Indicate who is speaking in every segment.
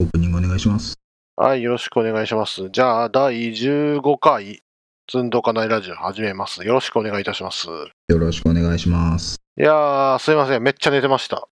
Speaker 1: オープニングお願いします。
Speaker 2: はい、よろしくお願いします。じゃあ、第15回、ずんどかないラジオ始めます。よろしくお願いいたします。
Speaker 1: よろしくお願いします。
Speaker 2: いやー、すいません。めっちゃ寝て ました。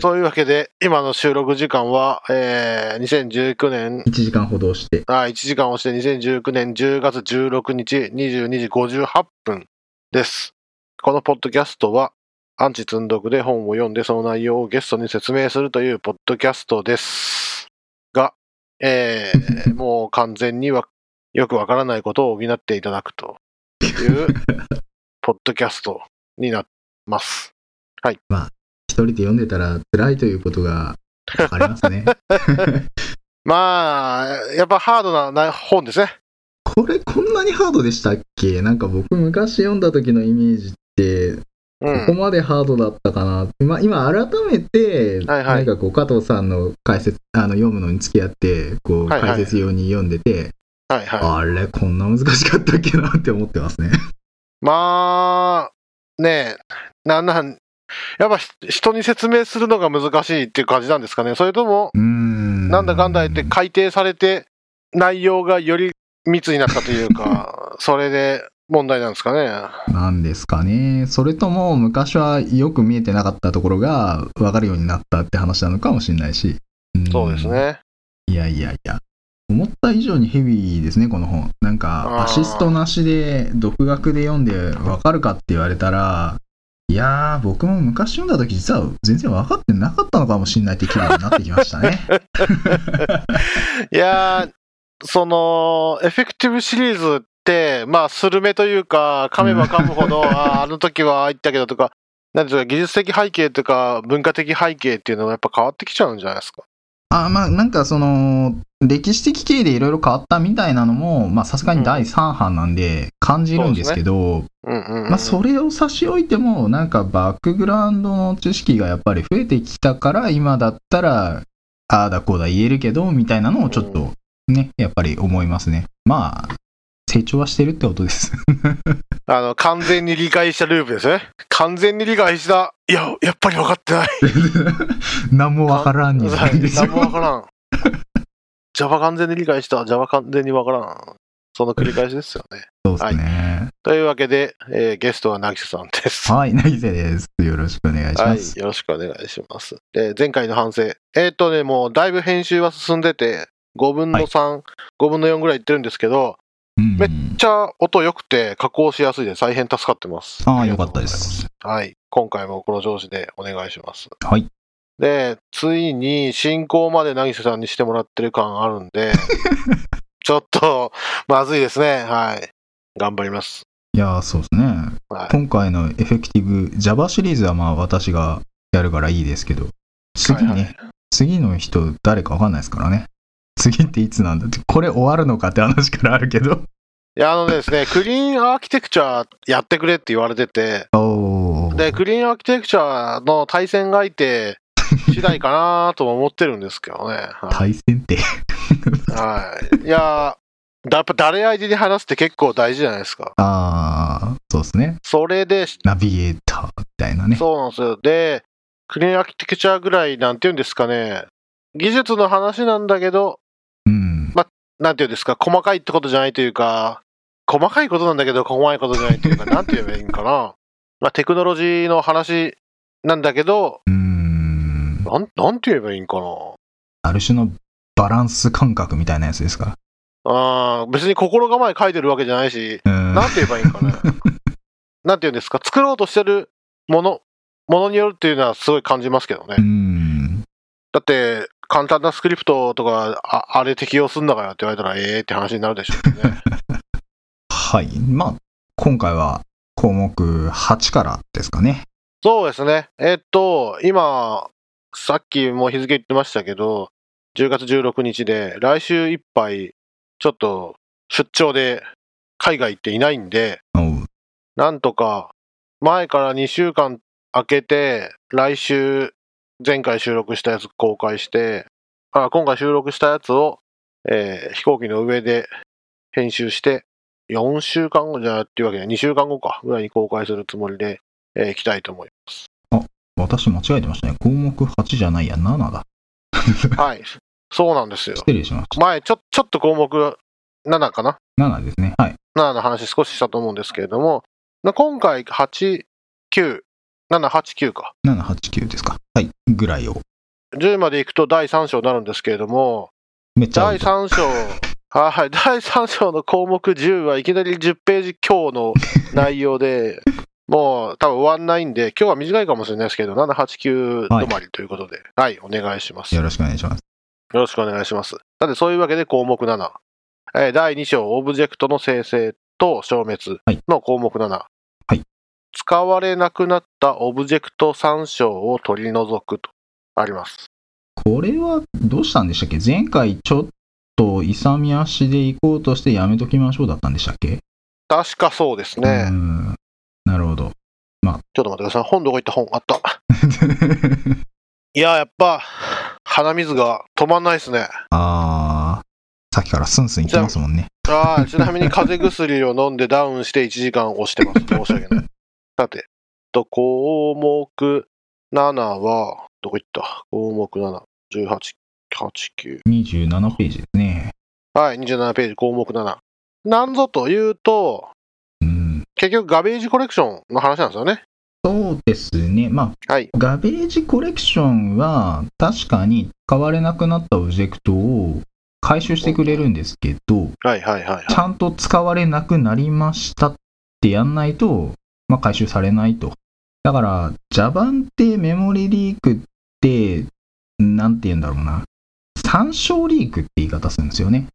Speaker 2: というわけで、今の収録時間は、えー、2019年、
Speaker 1: 1時間ほどして、
Speaker 2: あ1時間をして2019年10月16日22時58分です。このポッドキャストは、アンチ積んどくで本を読んでその内容をゲストに説明するというポッドキャストです。が、えーもう完全にわよくわからないことを補っていただくというポッドキャストになってます。
Speaker 1: 一人で読んでたら辛いということがわかりますね。
Speaker 2: まあ、やっぱハードなな本ですね。
Speaker 1: これこんなにハードでしたっけなんか僕昔読んだ時のイメージって、
Speaker 2: う
Speaker 1: ここ
Speaker 2: ん。
Speaker 1: までハードだったかな。まあ今改めて、
Speaker 2: はいは
Speaker 1: 何
Speaker 2: い。
Speaker 1: かこう加藤さんの解説、あの読むのに付き合って、こう
Speaker 2: はいはい
Speaker 1: 解説用に読んでて、
Speaker 2: はいはい。
Speaker 1: あれこんな難しかったっけなって思ってますね。
Speaker 2: まあ、ねえ、なんなん、やっぱひ人に説明するのが難しいっていう感じなんですかね。それとも、
Speaker 1: うーん。
Speaker 2: なんだかんだ言って改訂されて、内容がより密になったという か、それで問題なんですかね。
Speaker 1: なんですかね。それとも昔はよく見えてなかったところが分かるようになったって話なのかもしれないし。ん
Speaker 2: そうです。ね。
Speaker 1: いやいやいや。思った以上にヘビーですね、この本。なんか、
Speaker 2: あー
Speaker 1: アシストなしで、独学で読んで分かるかって言われたら、いやー、僕も昔読んだ時実は全然分かってなかったのかもしれないって気分になってきましたね。
Speaker 2: いやー、その、エフェクティブシリーズって、まあ、スルメというか、噛めば噛むほど、あーあの時はああ言ったけどとか、なんていうか、技術的背景とか、文化的背景っていうのはやっぱ変わってきちゃうんじゃないですか。
Speaker 1: あまあなんかその歴史的経緯でいろいろ変わったみたいなのもまあさすがに第3版なんで感じるんですけど、
Speaker 2: うんうん、うん。
Speaker 1: まあそれを差し置いてもなんかバックグラウンドの知識がやっぱり増えてきたから今だったらああだこうだ言えるけどみたいなのをちょっとねやっぱり思いますねまあ成長はしてるってことです
Speaker 2: あの、完全に理解したループですね。完全に理解した。いや、やっぱり分かってない。
Speaker 1: 何もわからんにないんです
Speaker 2: 何
Speaker 1: よ
Speaker 2: も分からん。Java 完全に理解した。Java 完全に分からん。その繰り返しですよね。
Speaker 1: そうですね
Speaker 2: というわけで、えーゲストは渚さんです。
Speaker 1: はい渚ですよろしくお願いし
Speaker 2: は
Speaker 1: ま
Speaker 2: い
Speaker 1: す、、
Speaker 2: よろしくお願いします。で、前回の反省。えーっ、とね、もうだいぶ編集は進んでて、5分の3、5分の4ぐらいいってるんですけ
Speaker 1: う
Speaker 2: ど、
Speaker 1: ん
Speaker 2: めっめっちゃ音良くて加工しやすいで大変助かってます。
Speaker 1: ああ
Speaker 2: り
Speaker 1: よ
Speaker 2: が
Speaker 1: か
Speaker 2: と
Speaker 1: っ
Speaker 2: うご
Speaker 1: た
Speaker 2: ざい
Speaker 1: で
Speaker 2: ます
Speaker 1: す
Speaker 2: はい。今回もこの調子でお願いします。
Speaker 1: はい。
Speaker 2: で、ついに進行まで渚さんにしてもらってる感あるん で、ちょっと、まずいですね。はい。頑張ります。
Speaker 1: いやーそうですね、
Speaker 2: はい
Speaker 1: 今回のエフェクティブ Java シリーズはまあ私がやるからいいですけど次ね、
Speaker 2: はいはい
Speaker 1: 次の人誰かわかんないですからね次っていつなんだってこれ終わるのかって話からある けど
Speaker 2: いや、あのですね、クリーンアーキテクチャやってくれって言われてて、
Speaker 1: おお
Speaker 2: で、クリーンアーキテクチャの対戦相手次第かなとも思ってるんですけどね。はい
Speaker 1: 対戦って
Speaker 2: はい。いやー、だやっぱ誰相手に話すって結構大事じゃないですか。
Speaker 1: ああそうですね
Speaker 2: それで、
Speaker 1: ナビゲーターみたいなね
Speaker 2: そうなんですよ。で、クリーンアーキテクチャぐらい、なんていうんですかね、技術の話なんだけど、
Speaker 1: うん
Speaker 2: なんていうんですか、細かいってことじゃないというか、細かいことなんだけど、細かいことじゃないというか、なんて言えばいいんかな。 まあ、テクノロジーの話なんだけど、
Speaker 1: うーん
Speaker 2: なん、なんて言えばいいんかな。
Speaker 1: ある種のバランス感覚みたいなやつですか
Speaker 2: あー別に心構え書いてるわけじゃないし、
Speaker 1: うーん
Speaker 2: なんて言えばいいん かね。なんて言うんですか、作ろうとしてるもの、ものによるっていうのはすごい感じますけどね
Speaker 1: う。ん
Speaker 2: だって、簡単なスクリプトとか、ああれ適用すんだからって言われたら、ええー、って話になるでしょうね。
Speaker 1: はいまあ今回は項目8からですかね
Speaker 2: そうですね。えっと、今、さっきもう日付言ってましたけど、10月16日で、来週いっぱい、ちょっと出張で海外行っていないんで、
Speaker 1: おう
Speaker 2: なんとか、前から2週間空けて、来週、前回収録したやつ公開して、あ今回収録したやつを、えー飛行機の上で編集して、4週間後じゃっていうわけで、2週間後か、ぐらいに公開するつもりで、えー行きたいと思います。
Speaker 1: 私間違えてましたね。項目8じゃないや、7だ。
Speaker 2: はい。そうなんですよ。
Speaker 1: 失礼しまし
Speaker 2: 前、ちょ、ちょっと項目7かな
Speaker 1: た。7ですね。はい。
Speaker 2: 7の話少ししたと思うんですけれども、な今回8、9、7、8、9か。
Speaker 1: 7、8、9ですか。はい。ぐらいを。
Speaker 2: 10まで行くと第3章になるんですけれども、
Speaker 1: めっちゃあ
Speaker 2: 第
Speaker 1: ると。
Speaker 2: 3章、はい、第3章の項目10はいきなり10ページ強の内容で、 もう多分終わんないんで、今日は短いかもしれないですけど、7、8、9止まりということで、はい、お願いします。
Speaker 1: よ
Speaker 2: よ
Speaker 1: ろしくお願いします。
Speaker 2: ろしくお願いします。なんで、そういうわけで項目7、えー第2章、オブジェクトの生成と消滅の項目7、
Speaker 1: はい
Speaker 2: 使われなくなったオブジェクト3章を取り除くとあります。
Speaker 1: これはどうしたんでしたっけ前回ちょっと勇み足で行こうとしてやめときましょうだったんでしたっけ
Speaker 2: 確かそうですね。
Speaker 1: うーんなるほど。
Speaker 2: ちょっと待ってください。本どこ行った本あった。いや、やっぱ、鼻水が止まんないですね。
Speaker 1: あー、さっきからスンスン言ってますもんね。
Speaker 2: ああ、ちなみに風邪薬を飲んでダウンして1時間押してます。申し訳ない。さて、えっと項目7は、どこ行った項目7、18、8、
Speaker 1: 27ページですね。
Speaker 2: 9。はい、27ページ、項目7。なんぞというと、
Speaker 1: うん。
Speaker 2: 結局ガベージコレクションの話なんですよね。
Speaker 1: そうですね。まあ、
Speaker 2: はい
Speaker 1: ガベージコレクションは確かに使われなくなったオブジェクトを回収してくれるんですけど、
Speaker 2: はいはいはい、はい。
Speaker 1: ちゃんと使われなくなりましたってやんないと、まあ、回収されないと。だから、Java ってメモリリークって、なんて言うんだろうな。参照リークって言い方するんですよね。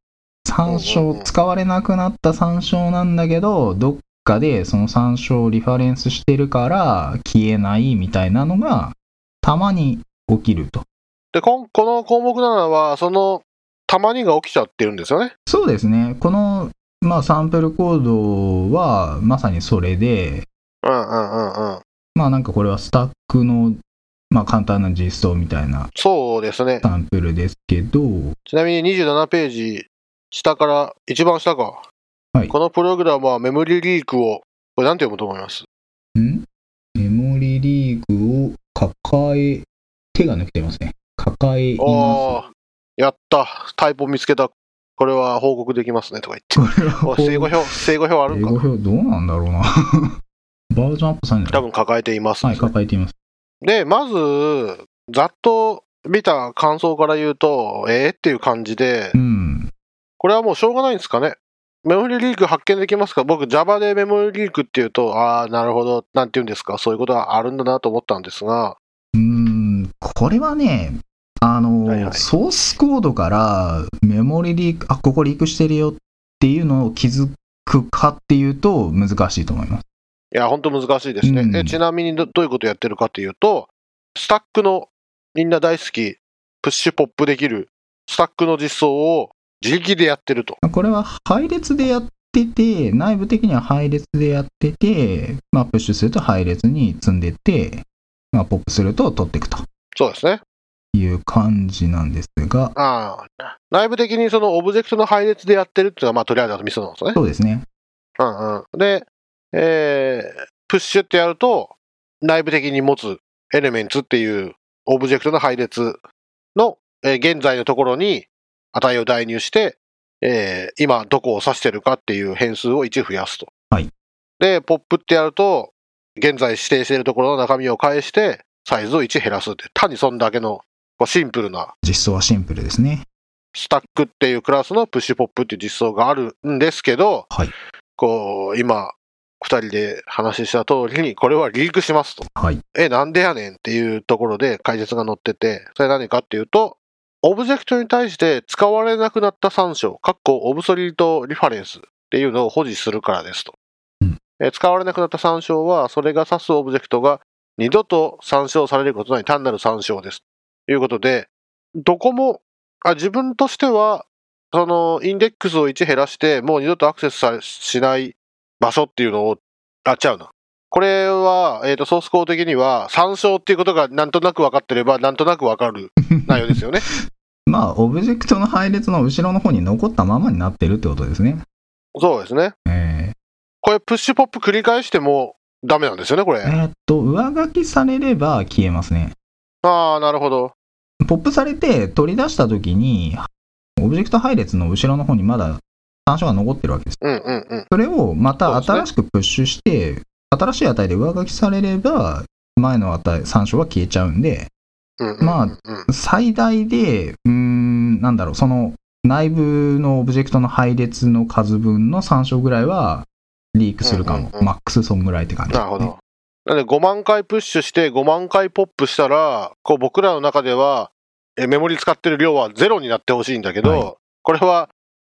Speaker 1: 参
Speaker 2: うんうん
Speaker 1: 照
Speaker 2: う、ん
Speaker 1: 使われなくなった参照なんだけど、どっかでその参照をリファレンスしてるから消えないみたいなのが、たまに起きると。
Speaker 2: で、こんこの項目7は、その、たまにが起きちゃってるんですよね。
Speaker 1: そうですね。この、まあ、サンプルコードは、まさにそれで、
Speaker 2: うんうんうんうん。
Speaker 1: まあなんかこれはスタックの、まあ簡単な実装みたいな
Speaker 2: そうですね。
Speaker 1: サンプルですけど、
Speaker 2: ちなみに27ページ、下から、一番下か。
Speaker 1: はい
Speaker 2: このプログラムはメモリリークを、これなんて読むと思います
Speaker 1: んメモリリークを抱え、手が抜けてますね。抱えいます。
Speaker 2: ああ、やった。タイプを見つけた。これは報告できますね。とか言って。
Speaker 1: これは
Speaker 2: おい、正語表、正語表ある
Speaker 1: 英
Speaker 2: ん
Speaker 1: 語
Speaker 2: か
Speaker 1: 表どうなんだろうな。 バージョンアップされるんじゃ
Speaker 2: 多
Speaker 1: ない
Speaker 2: 分抱えています。
Speaker 1: はい、抱えています。
Speaker 2: で、まず、ざっと見た感想から言うと、えー、っていう感じで
Speaker 1: う、ん。
Speaker 2: これはもうしょうがないんですかね。メモリリーク発見できますか僕 Java でメモリリークっていうと、ああ、なるほど、なんて言うんですか、そういうことがあるんだなと思ったんですが、
Speaker 1: うーん、これはね、あの、
Speaker 2: はいはい
Speaker 1: ソースコードからメモリリーク、あ、ここリークしてるよっていうのを気づくかっていうと難しいと思います。
Speaker 2: いや、本当難しいですね。
Speaker 1: うん
Speaker 2: でちなみにどどういうことやってるかっていうと、スタックのみんな大好き、プッシュポップできる、スタックの実装を自力でやってると。
Speaker 1: これは配列でやってて、内部的には配列でやってて、まあ、プッシュすると配列に積んでって、まあ、ポップすると取っていくと
Speaker 2: そうですね。
Speaker 1: いう感じなんですが、
Speaker 2: ああ、内部的にそのオブジェクトの配列でやってるっていうのは、まあ、とりあえずあとミスなんですね。
Speaker 1: そうですね。
Speaker 2: うんうん、で、えープッシュってやると、内部的に持つエレメンツっていうオブジェクトの配列の、えー現在のところに値を代入して、えー今どこを指してるかっていう変数を1増やすと。
Speaker 1: はい
Speaker 2: で、ポップってやると、現在指定しているところの中身を返して、サイズを1減らすって、単にそんだけのこうシンプルな
Speaker 1: 実装はシンプルですね。
Speaker 2: スタックっていうクラスのプッシュポップっていう実装があるんですけど、
Speaker 1: はい
Speaker 2: こう今2人で話した通りにこれはリークしますと
Speaker 1: はい。
Speaker 2: えなんでやねんっていうところで解説が載っててそれ何かっていうとオブジェクトに対して使われなくなった参照かっこオブソリートリファレンスっていうのを保持するからですと、
Speaker 1: うん
Speaker 2: え使われなくなった参照はそれが指すオブジェクトが二度と参照されることない単なる参照ですということでどこもあ自分としてはそのインデックスを1減らしてもう二度とアクセスさしない場所っていうのをあちゃうなこれは、えー、とソースコード的には参照っていうことがなんとなく分かってればなんとなく分か る内容ですよね
Speaker 1: まあ、オブジェクトの配列の後ろの方に残ったままになってるってことですね。
Speaker 2: そうですね
Speaker 1: え
Speaker 2: これプッシュポップ繰り返してもダメなんですよねこれ、
Speaker 1: ーえーっと、上書きされれば消えますね。
Speaker 2: ああなるほど
Speaker 1: ポップされて取り出した時に、オブジェクト配列の後ろの方にまだ単書が残ってるわけです。
Speaker 2: うんうんうん。
Speaker 1: それをまた
Speaker 2: そう
Speaker 1: 新
Speaker 2: で
Speaker 1: しくプッシュして、新しい値で上書きされれば、前の値、参照は消えちゃうんで、
Speaker 2: うんうんうん
Speaker 1: まあ
Speaker 2: うん
Speaker 1: 最大で、うーん、なんだろう、その内部のオブジェクトの配列の数分の参照ぐらいはリークするかも。
Speaker 2: うんうんうん
Speaker 1: マックスそんぐらいって感じ、
Speaker 2: なるほ。ど。なんで5万回プッシュして5万回ポップしたら、こう僕らの中ではえメモリ使ってる量はゼロになってほしいんだけど、
Speaker 1: はい
Speaker 2: これは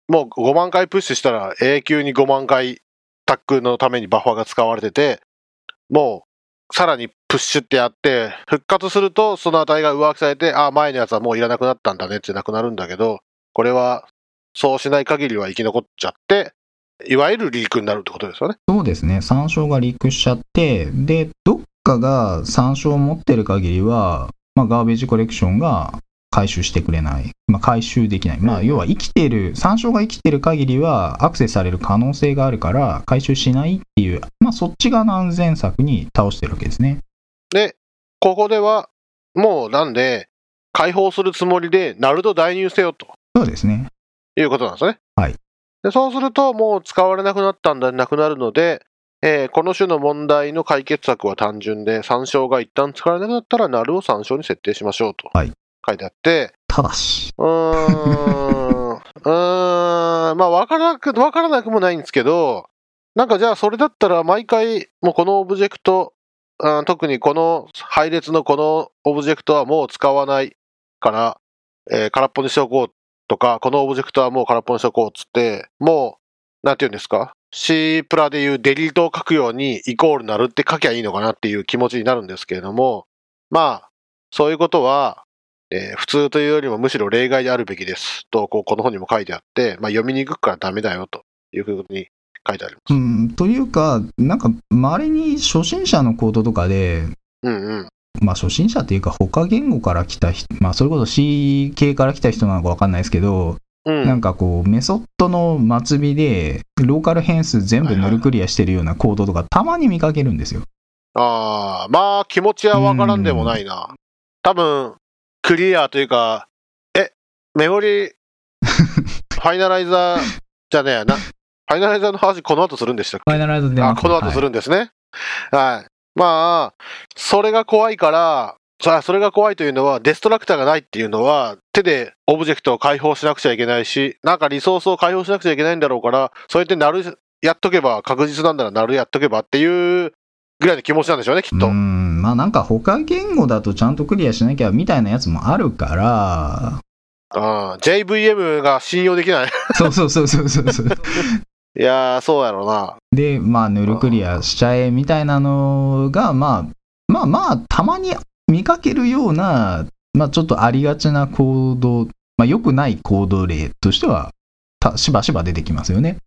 Speaker 2: もう5万回プッシュしたら永久に5万回タックのためにバッファーが使われてて、もうさらにプッシュってやって、復活するとその値が上書きされて、ああ、前のやつはもういらなくなったんだねってなくなるんだけど、これはそうしない限りは生き残っちゃって、いわゆるリークになるってことですよね。
Speaker 1: そうですね、参照がリークしちゃって、で、どっかが参照を持ってる限りは、まあ、ガーベージコレクションが回収してくれない。まあ、回収できない。ま
Speaker 2: う
Speaker 1: あ、
Speaker 2: ん
Speaker 1: 要は生きてる、参照が生きてる限りはアクセスされる可能性があるから、回収しないっていう、まあ、そっち側の安全策に倒してるわけですね。
Speaker 2: で、ここでは、もうなんで、解放するつもりで、ナルト代入せよと
Speaker 1: そうですね。
Speaker 2: いうことなんですね。
Speaker 1: はい
Speaker 2: でそうすると、もう使われなくなったんだ、なくなるので、えーこの種の問題の解決策は単純で、参照が一旦使われなくなったら、ナルを参照に設定しましょうと
Speaker 1: はい
Speaker 2: 書いてあって、
Speaker 1: ただし、
Speaker 2: うーん、うーん、まあ、わからなく、わからなくもないんですけど、なんかじゃあ、それだったら、毎回、もうこのオブジェクト、うん特にこの配列のこのオブジェクトはもう使わないから、えー空っぽにしておこうとか、このオブジェクトはもう空っぽにしておこうっつって、もう、なんていうんですか、C プラでいうデリートを書くように、イコールなるって書きゃいいのかなっていう気持ちになるんですけれども、まあ、そういうことは、えー普通というよりもむしろ例外であるべきですとこうこの本にも書いてあって、まあ、読みにくくからダメだよというふうに書いてあります。
Speaker 1: うん、というか、なんか、まれに初心者のコードとかで、
Speaker 2: うんうん
Speaker 1: まあ、初心者っていうか、他言語から来た人、まあ、それこそ C 系から来た人なのかわかんないですけど、
Speaker 2: うん
Speaker 1: なんかこう、メソッドの末尾で、ローカル変数全部ノルクリアしてるようなコードとか、たまに見かけるんですよ。
Speaker 2: ああまあ気持ちはわからんでもないな。多分クリアというかえメモリファイナライザーじゃねえやなファイナライザーの話この後するんでしたっ
Speaker 1: フ
Speaker 2: け
Speaker 1: ァイナライズで
Speaker 2: あこの後するんですね。はい。まあ、それが怖いから、さそれが怖いというのは、デストラクターがないっていうのは、手でオブジェクトを解放しなくちゃいけないし、なんかリソースを解放しなくちゃいけないんだろうから、そうやってなるやっとけば、確実なんだらなるやっとけばっていうぐらいの気持ちなんでしょうね、きっ
Speaker 1: う
Speaker 2: と。
Speaker 1: ん、まあなんか他言語だとちゃんとクリアしなきゃみたいなやつもある から、
Speaker 2: ああ JVM が信用できない。
Speaker 1: そうそうそうそうそうそう。
Speaker 2: いやー、そうやろうな。
Speaker 1: で、まあ、ヌルクリアしちゃえみたいなのが、まあ、まあまあ、たまに見かけるような、まあ、ちょっとありがちな行動、まあ、良くない行動例としては、たしばしば出てきますよね。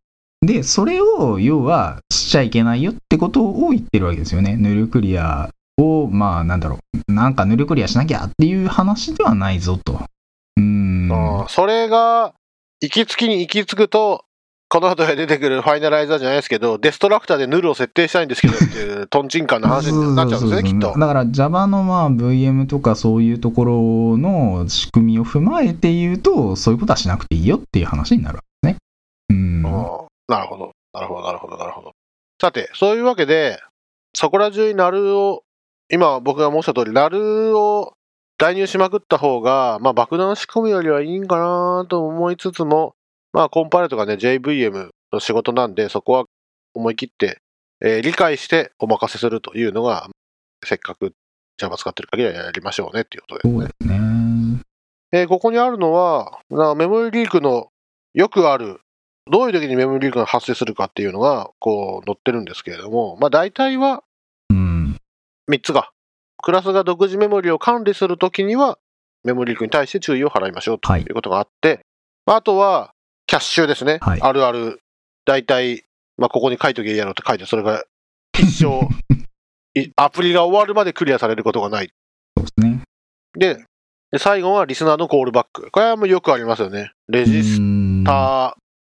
Speaker 1: で、それを、要は、しちゃいけないよってことを言ってるわけですよね。ヌルクリアを、まあ、なんだろう、なんかヌルクリアしなきゃっていう話ではないぞと。うーん。
Speaker 2: うんそれが行き着きに行き着くとこの後で出てくるファイナライザーじゃないですけどデストラクターでヌルを設定したいんですけどっていうトンチンカンの話になっちゃうんですねきっと。
Speaker 1: だから Java のまあ VM とかそういうところの仕組みを踏まえて言うと、そういうことはしなくていいよっていう話になるわけですね。うん。
Speaker 2: うんなるほどなるほどなるほどなるほど。さてそういうわけでそこら中にナルを今僕が申した通りナルを代入しまくった方が、まあ、爆弾仕込むよりはいいんかなと思いつつも、まあ、コンパイルとかね JVM の仕事なんでそこは思い切って、えー理解してお任せするというのがせっかく Java 使ってる限りはやりましょうねっていうことです
Speaker 1: そうですね。
Speaker 2: えーここにあるのは、なメモリリークのよくある、どういう時にメモリリークが発生するかっていうのが、こう、載ってるんですけれども、まあ大体は
Speaker 1: うん。
Speaker 2: 3つが、クラスが独自メモリを管理するときには、メモリリークに対して注意を払いましょうと
Speaker 1: はい
Speaker 2: いうことがあって、まああとは、キャッシュですね。
Speaker 1: はい
Speaker 2: あるある、大体、まあここに書いとけばいいやろって書いて、それが 一生、いアプリが終わるまでクリアされることがない。
Speaker 1: そうですね。
Speaker 2: で、で最後はリスナーのコールバック。これはもうよくありますよね。レジ
Speaker 1: う
Speaker 2: ス
Speaker 1: ん
Speaker 2: タ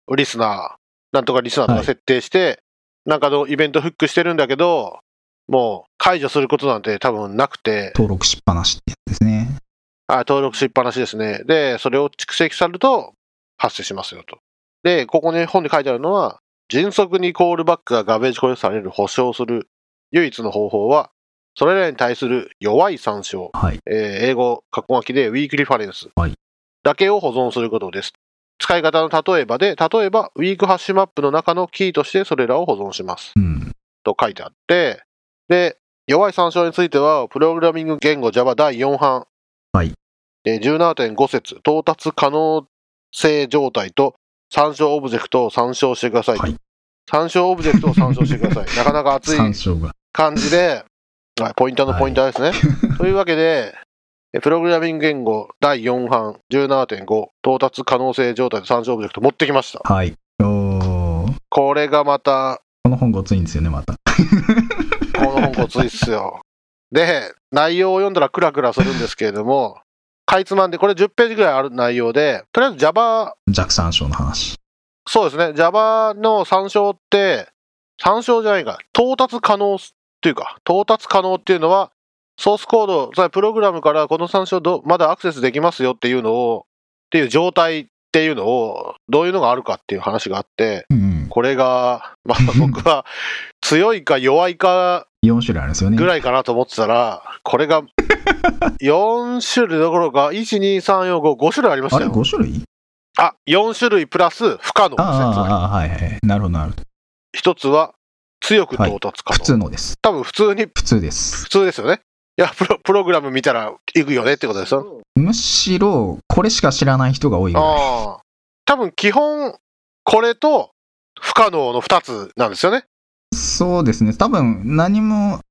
Speaker 2: ー、リスナー、なんとかリスナーとか設定して、なんかのイベントフックしてるんだけど、もう解除することなんて多分なくて、
Speaker 1: 登録しっぱなしってやつですね。
Speaker 2: あ登録しっぱなしですね。で、それを蓄積されると発生しますよと。で、ここに本に書いてあるのは、迅速にコールバックがガベージコレクトされる保証する唯一の方法は、それらに対する弱い参照、
Speaker 1: はい
Speaker 2: えー英語、括弧書きでウィークリファレンス
Speaker 1: はい
Speaker 2: だけを保存することです。使い方の例えばで、例えばウィークハッシュマップの中のキーとしてそれらを保存します。
Speaker 1: うん。
Speaker 2: と書いてあって、で、弱い参照については、プログラミング言語 Java 第4版、
Speaker 1: はい
Speaker 2: えー17.5節、到達可能性状態と参照オブジェクトを参照してください。
Speaker 1: はい
Speaker 2: 参照オブジェクトを参照してく ださい。なかなか熱い
Speaker 1: 参照が。
Speaker 2: 感じで、はいポインターのポインターですね。というわけで、えプログラミング言語第4版17.5、到達可能性状態と参照オブジェクト持ってきました。
Speaker 1: はい。おー
Speaker 2: これがまた
Speaker 1: この本ごついんですよね、また。
Speaker 2: この本ごついっすよ。で、内容を読んだらクラクラするんですけれども、かいつまんで、これ10ページぐらいある内容で、とりあえず Java、
Speaker 1: 弱参照の話。
Speaker 2: そうですね、Java の参照って、参照じゃないか、到達可能っていうか、到達可能っていうのは、ソースコード、つまりプログラムからこの参照ど、まだアクセスできますよっていうのを、っていう状態っていうのを、どういうのがあるかっていう話があって、
Speaker 1: うん。
Speaker 2: これが、まあ僕は強いか弱いか
Speaker 1: 4種類あるんですよね。
Speaker 2: ぐらいかなと思ってたら、こ れが4種類どころか、1、2、3、4、5、5種類ありまし
Speaker 1: あ
Speaker 2: た
Speaker 1: れ、
Speaker 2: よ。
Speaker 1: 5種類
Speaker 2: あ4種類プラス不可能ですね。つま
Speaker 1: ああ、はいはい。なるほど、なるほど。
Speaker 2: り一つは強く到達可
Speaker 1: 普
Speaker 2: 能。
Speaker 1: 通のです。
Speaker 2: 多分普通に、
Speaker 1: 普通です
Speaker 2: 普。通ですよね。いやプロ、プログラム見たら行くよねってことですよ。
Speaker 1: むしろ、これしか知らない人が多いぐらい。
Speaker 2: ああ。多分基本、これと不可能の2つなんですよね。
Speaker 1: そうですね。多分、何も、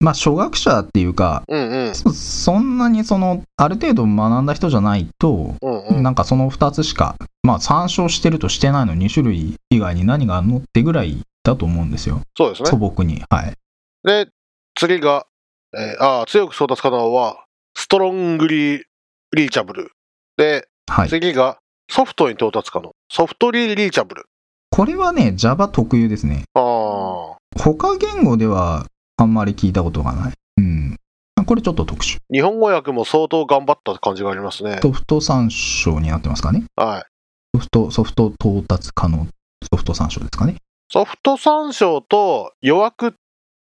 Speaker 1: まあ、初学者っていうか、
Speaker 2: うんうん。
Speaker 1: そそんなにその、ある程度学んだ人じゃないと、
Speaker 2: うんうん。
Speaker 1: なんかその2つしか、まあ、参照してるとしてないの2種類以外に何があるのってぐらいだと思うんですよ。
Speaker 2: そうですね
Speaker 1: 素。朴に。はい。
Speaker 2: で、次が、えーあー強く到達可能は、ストロングリーリーチャブル。で、
Speaker 1: はい。
Speaker 2: 次が、ソフトに到達可能。ソフトリーリーチャブル。
Speaker 1: これはね、Java 特有ですね。
Speaker 2: ああ、
Speaker 1: 他言語ではあんまり聞いたことがない。うん。これちょっと特殊。
Speaker 2: 日本語訳も相当頑張った感じがありますね。
Speaker 1: ソフト参照になってますかね。
Speaker 2: はい。
Speaker 1: ソフト、ソフト到達可能。ソフト参照ですかね。
Speaker 2: ソフト参照と、弱く、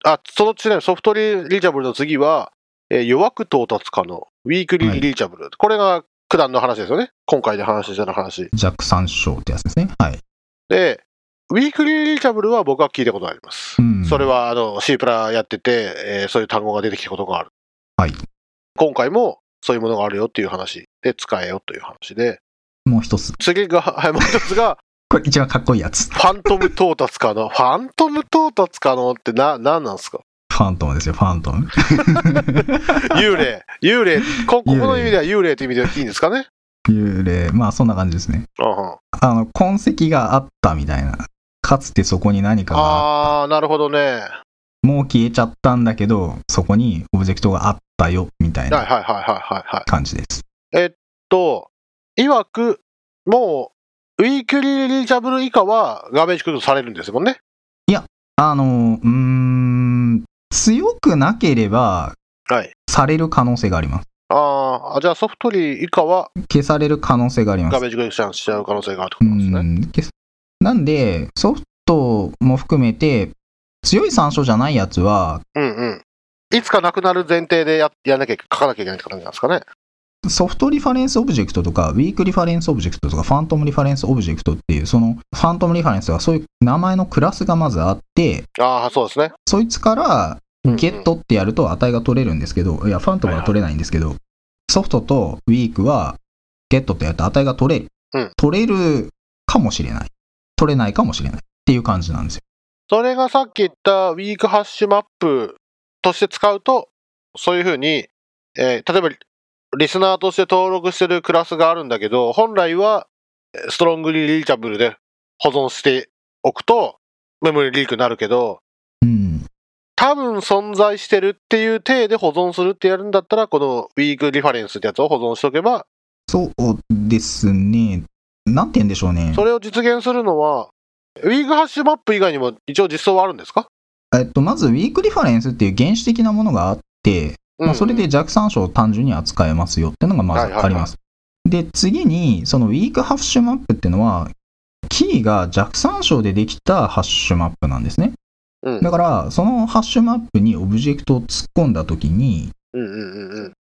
Speaker 2: あ、そのちなみにソフトリーリーチャブルの次は、えー弱く到達可能。ウィークリーリーチャブル。これが、九段の話ですよね。今回で話した話。
Speaker 1: 弱参照ってやつですね。はい。
Speaker 2: で、ウィークリーリーチャブルは僕は聞いたことありま
Speaker 1: う
Speaker 2: す。
Speaker 1: ん。
Speaker 2: それはあの C プラやってて、えーそういう単語が出てきたことがある。
Speaker 1: はい
Speaker 2: 今回もそういうものがあるよっていう話で使えよという話で、
Speaker 1: もう一つ。
Speaker 2: 次が、はい、もう一つ が、
Speaker 1: これ一番かっこいいやつ。
Speaker 2: ファントム到達可能。ファントム到達可能ってな、なんなんですか
Speaker 1: ファントムですよ、ファントム。
Speaker 2: 幽霊。幽霊。こ、ここの意味では幽霊って意味でいいんですかね
Speaker 1: 幽霊。まあ、そんな感じですね。
Speaker 2: あは
Speaker 1: あの、痕跡があったみたいな。かつてそこに何かが、
Speaker 2: あー、なるほどね。はい
Speaker 1: もう消えちゃったんだけど、そこにオブジェクトがあったよ、みたい
Speaker 2: はいはい
Speaker 1: な
Speaker 2: はいはいはい。
Speaker 1: 感じです。
Speaker 2: と、いわく、もう、ウィークリーリーチャブル以下はガベージクリックされるんですもんね。
Speaker 1: あの、うーん、強くなければ、
Speaker 2: はい。
Speaker 1: される可能性があります。
Speaker 2: あーあ、じゃあソフトリー以下は
Speaker 1: 消される可能性があります
Speaker 2: ガ。ベージクリックしちゃう可能性があるってこ
Speaker 1: う
Speaker 2: となんです
Speaker 1: ん
Speaker 2: ね。
Speaker 1: 消すなんで、ソフトも含めて、強い参照じゃないやつは、
Speaker 2: うんうん。いつかなくなる前提でややんなきゃ、書かなきゃいけないって感じなんですかね。
Speaker 1: ソフトリファレンスオブジェクトとか、ウィークリファレンスオブジェクトとか、ファントムリファレンスオブジェクトっていう、そのファントムリファレンスはそういう名前のクラスがまずあって、
Speaker 2: ああ、そうですね。
Speaker 1: そいつから
Speaker 2: うんうん
Speaker 1: ゲットってやると値が取れるんですけど、いや、ファントムは取れないんですけど、ソフトとウィークはゲットってやると値が取れる。
Speaker 2: うん
Speaker 1: 取れるかもしれない。取れないかもしれないっていう感じなんですよ。
Speaker 2: それがさっき言ったウィークハッシュマップとして使うと、そういうふうに、えー例えばリスナーとして登録してるクラスがあるんだけど、本来はえーストロングリーリーチャブルで保存しておくと、メモリリークになるけど、
Speaker 1: うん。
Speaker 2: 多分存在してるっていう体で保存するってやるんだったら、このウィークリファレンスってやつを保存しておけば、
Speaker 1: そうですね。なんて言うんでしょうね。
Speaker 2: それを実現するのは、ウィークハッシュマップ以外にも一応実装はあるんですか
Speaker 1: えっと、まず、ウィークリファレンスっていう原始的なものがあって、まあ、それで弱酸素を単純に扱えますよっていうのがま
Speaker 2: はいはいは
Speaker 1: ず
Speaker 2: い
Speaker 1: あります。で、次に、そのウィークハッシュマップっていうのは、キーが弱酸素でできたハッシュマップなんですね。
Speaker 2: うん
Speaker 1: だから、そのハッシュマップにオブジェクトを突っ込んだときに、
Speaker 2: うんうんうんうん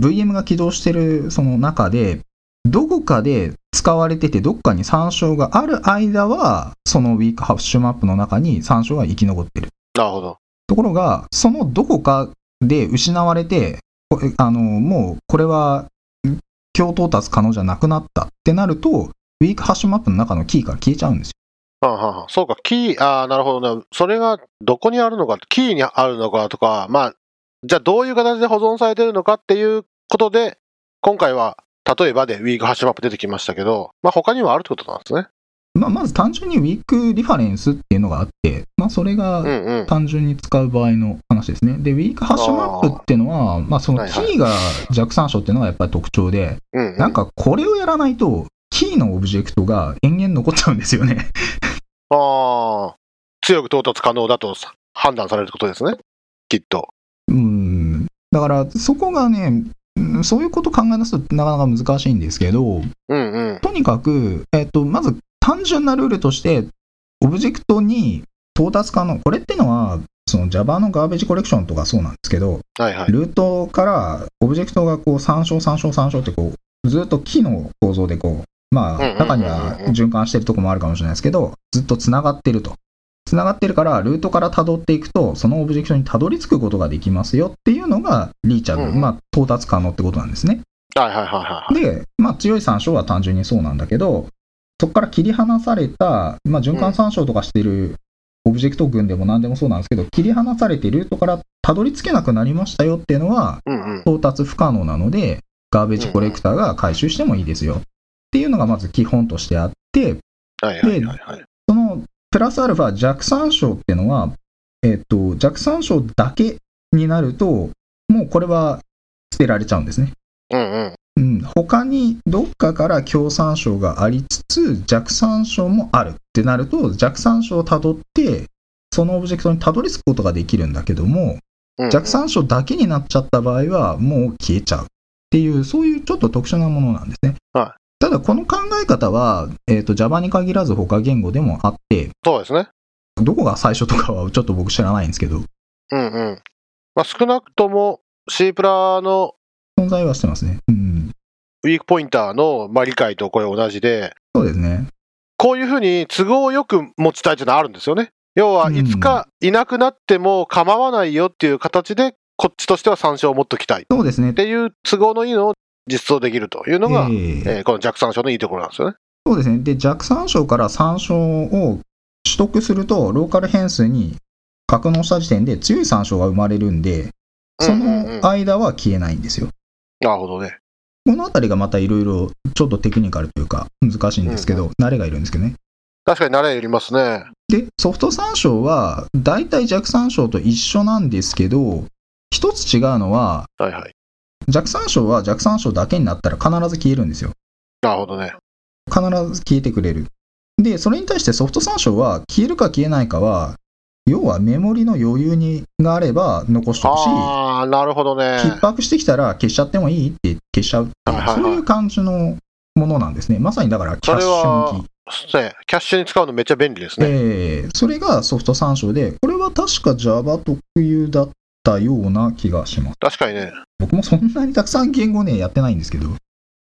Speaker 1: VM が起動してるその中で、どこかで使われてて、どっかに参照がある間は、そのウィークハッシュマップの中に参照が生き残ってる。
Speaker 2: なるほど
Speaker 1: ところが、そのどこかで失われて、これあのもうこれは共到達可能じゃなくなったってなると、ウィークハッシュマップの中のキーから消えちゃうんですよ。
Speaker 2: はあはあはあそうかキーああなるほどねそれがどこにあるのかキーにあるのかとかまあじゃあどういう形で保存されてるのかっていうことで今回は例えばでウィークハッシュマップ出てきましたけど、まあ、他にもあるってことなんですね。
Speaker 1: まあ、まず単純にウィークリファレンスっていうのがあって、まあ、それ
Speaker 2: う
Speaker 1: が
Speaker 2: んうん。
Speaker 1: 単純に使う場合の話ですね。で、ウィークハッシュマップっていうのは、まあ、そのキーが弱酸素っていうのがやっぱり特徴で、
Speaker 2: うんうん、
Speaker 1: なんかこれをやらないと、キーのオブジェクトが延々残っちゃうんですよね。
Speaker 2: ああ、強く到達可能だとさ判断されることですね。きっと。
Speaker 1: うんだからそこがね、うんそういうこと考え出すとなかなか難しいんですけど、
Speaker 2: うんうん。
Speaker 1: とにかく、えっと、まず単純なルールとして、オブジェクトに到達可能、これってのは、その Java のガーベージコレクションとかそうなんですけど、
Speaker 2: はいはい。
Speaker 1: ルートからオブジェクトがこう参照参照参照ってこう、ずっと木の構造でこう、ま
Speaker 2: うんうんうん
Speaker 1: あ
Speaker 2: うん
Speaker 1: 中には循環してるとこもあるかもしれないですけど、ずっと繋がってると。繋がってるから、ルートから辿っていくと、そのオブジェクトに辿り着くことができますよっていうのが、リーチャブル、
Speaker 2: うんうん
Speaker 1: まあ到達可能ってことなんですね。
Speaker 2: はいはいはいはいはい。
Speaker 1: で、まあ、強い参照は単純にそうなんだけど、そこから切り離された、まあ、循環参照とかしてるオブジェクト群でも何でもそうなんですけど、切り離されてルートからたどり着けなくなりましたよっていうのは、
Speaker 2: うんうん。
Speaker 1: 到達不可能なので、ガーベージコレクターが回収してもいいですよっていうのがまず基本としてあって、
Speaker 2: はいはいはいはい。
Speaker 1: そのプラスアルファ弱参照っていうのは、えっと、弱参照だけになると、もうこれは捨てられちゃうんですね。
Speaker 2: うんうん。
Speaker 1: うん、他にどっかから強酸症がありつつ弱酸症もあるってなると弱酸症をたどってそのオブジェクトにたどり着くことができるんだけども
Speaker 2: うんうん
Speaker 1: 弱酸症だけになっちゃった場合はもう消えちゃうっていうそういうちょっと特殊なものなんですね、
Speaker 2: は
Speaker 1: ただこの考え方は、えー、と Java に限らず他言語でもあって
Speaker 2: そうですね。
Speaker 1: どこが最初とかはちょっと僕知らないんですけど
Speaker 2: うんうん。まあ、少なくとも C プラの
Speaker 1: 存在はしてますねうん
Speaker 2: ウィークポインターのまあ理解とこれ同じで、
Speaker 1: そうですね
Speaker 2: こういうふうに都合よく持ちたいというのはあるんですよね。要は
Speaker 1: うん
Speaker 2: いつかいなくなっても構わないよっていう形で、こっちとしては参照を持っときたいっ
Speaker 1: そうですね
Speaker 2: ていう都合のいいのを実装できるというのが、
Speaker 1: え
Speaker 2: え
Speaker 1: ー
Speaker 2: ーこの弱酸症のいいところなんですよね。
Speaker 1: そうですね。で、弱参照から参照を取得すると、ローカル変数に格納した時点で強い参照が生まれるんで、そ
Speaker 2: うんうんうん
Speaker 1: の間は消えないんですよ。
Speaker 2: なるほどね。
Speaker 1: このあたりがまたいろいろちょっとテクニカルというか難しいんですけど、慣れがいるんですけどね。
Speaker 2: 確かに慣れよりますね。
Speaker 1: で、ソフト参照は大体弱参照と一緒なんですけど、一つ違うのは、
Speaker 2: はいはい。
Speaker 1: 弱参照は弱参照だけになったら必ず消えるんですよ。
Speaker 2: なるほどね。
Speaker 1: 必ず消えてくれる。で、それに対してソフト参照は消えるか消えないかは、要はメモリの余裕にがあれば残しておくし、
Speaker 2: ああ、なるほどね。
Speaker 1: 逼迫してきたら消しちゃってもいいって消しちゃうっていう
Speaker 2: はいはいはい
Speaker 1: そういう感じのものなんですね。まさにだからキャッシ
Speaker 2: それ
Speaker 1: ュ
Speaker 2: は
Speaker 1: 向き。
Speaker 2: ねキャッシュに使うのめっちゃ便利ですね。
Speaker 1: ええそれがソフト参照で、これは確か Java 特有だったような気がします。
Speaker 2: 確かにね。
Speaker 1: 僕もそんなにたくさん言語ね、やってないんですけど、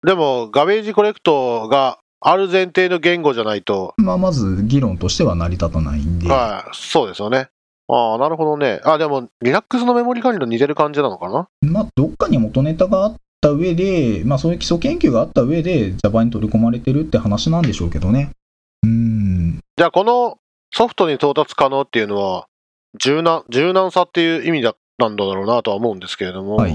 Speaker 2: でも、ガベージコレクトがある前提の言語じゃないと、
Speaker 1: まあ、まず議論としては成り立たないんで、
Speaker 2: はい、そうですよね。ああ、なるほどね。あでも、Linux のメモリ管理と似てる感じなのかな
Speaker 1: まあ、どっかに元ネタがあった上で、まあ、そういう基礎研究があった上で Java に取り込まれてるって話なんでしょうけどね。うーん、
Speaker 2: じゃあ、このソフトに到達可能っていうのは、柔軟、柔軟さっていう意味だったんだろうなとは思うんですけれども、
Speaker 1: はい。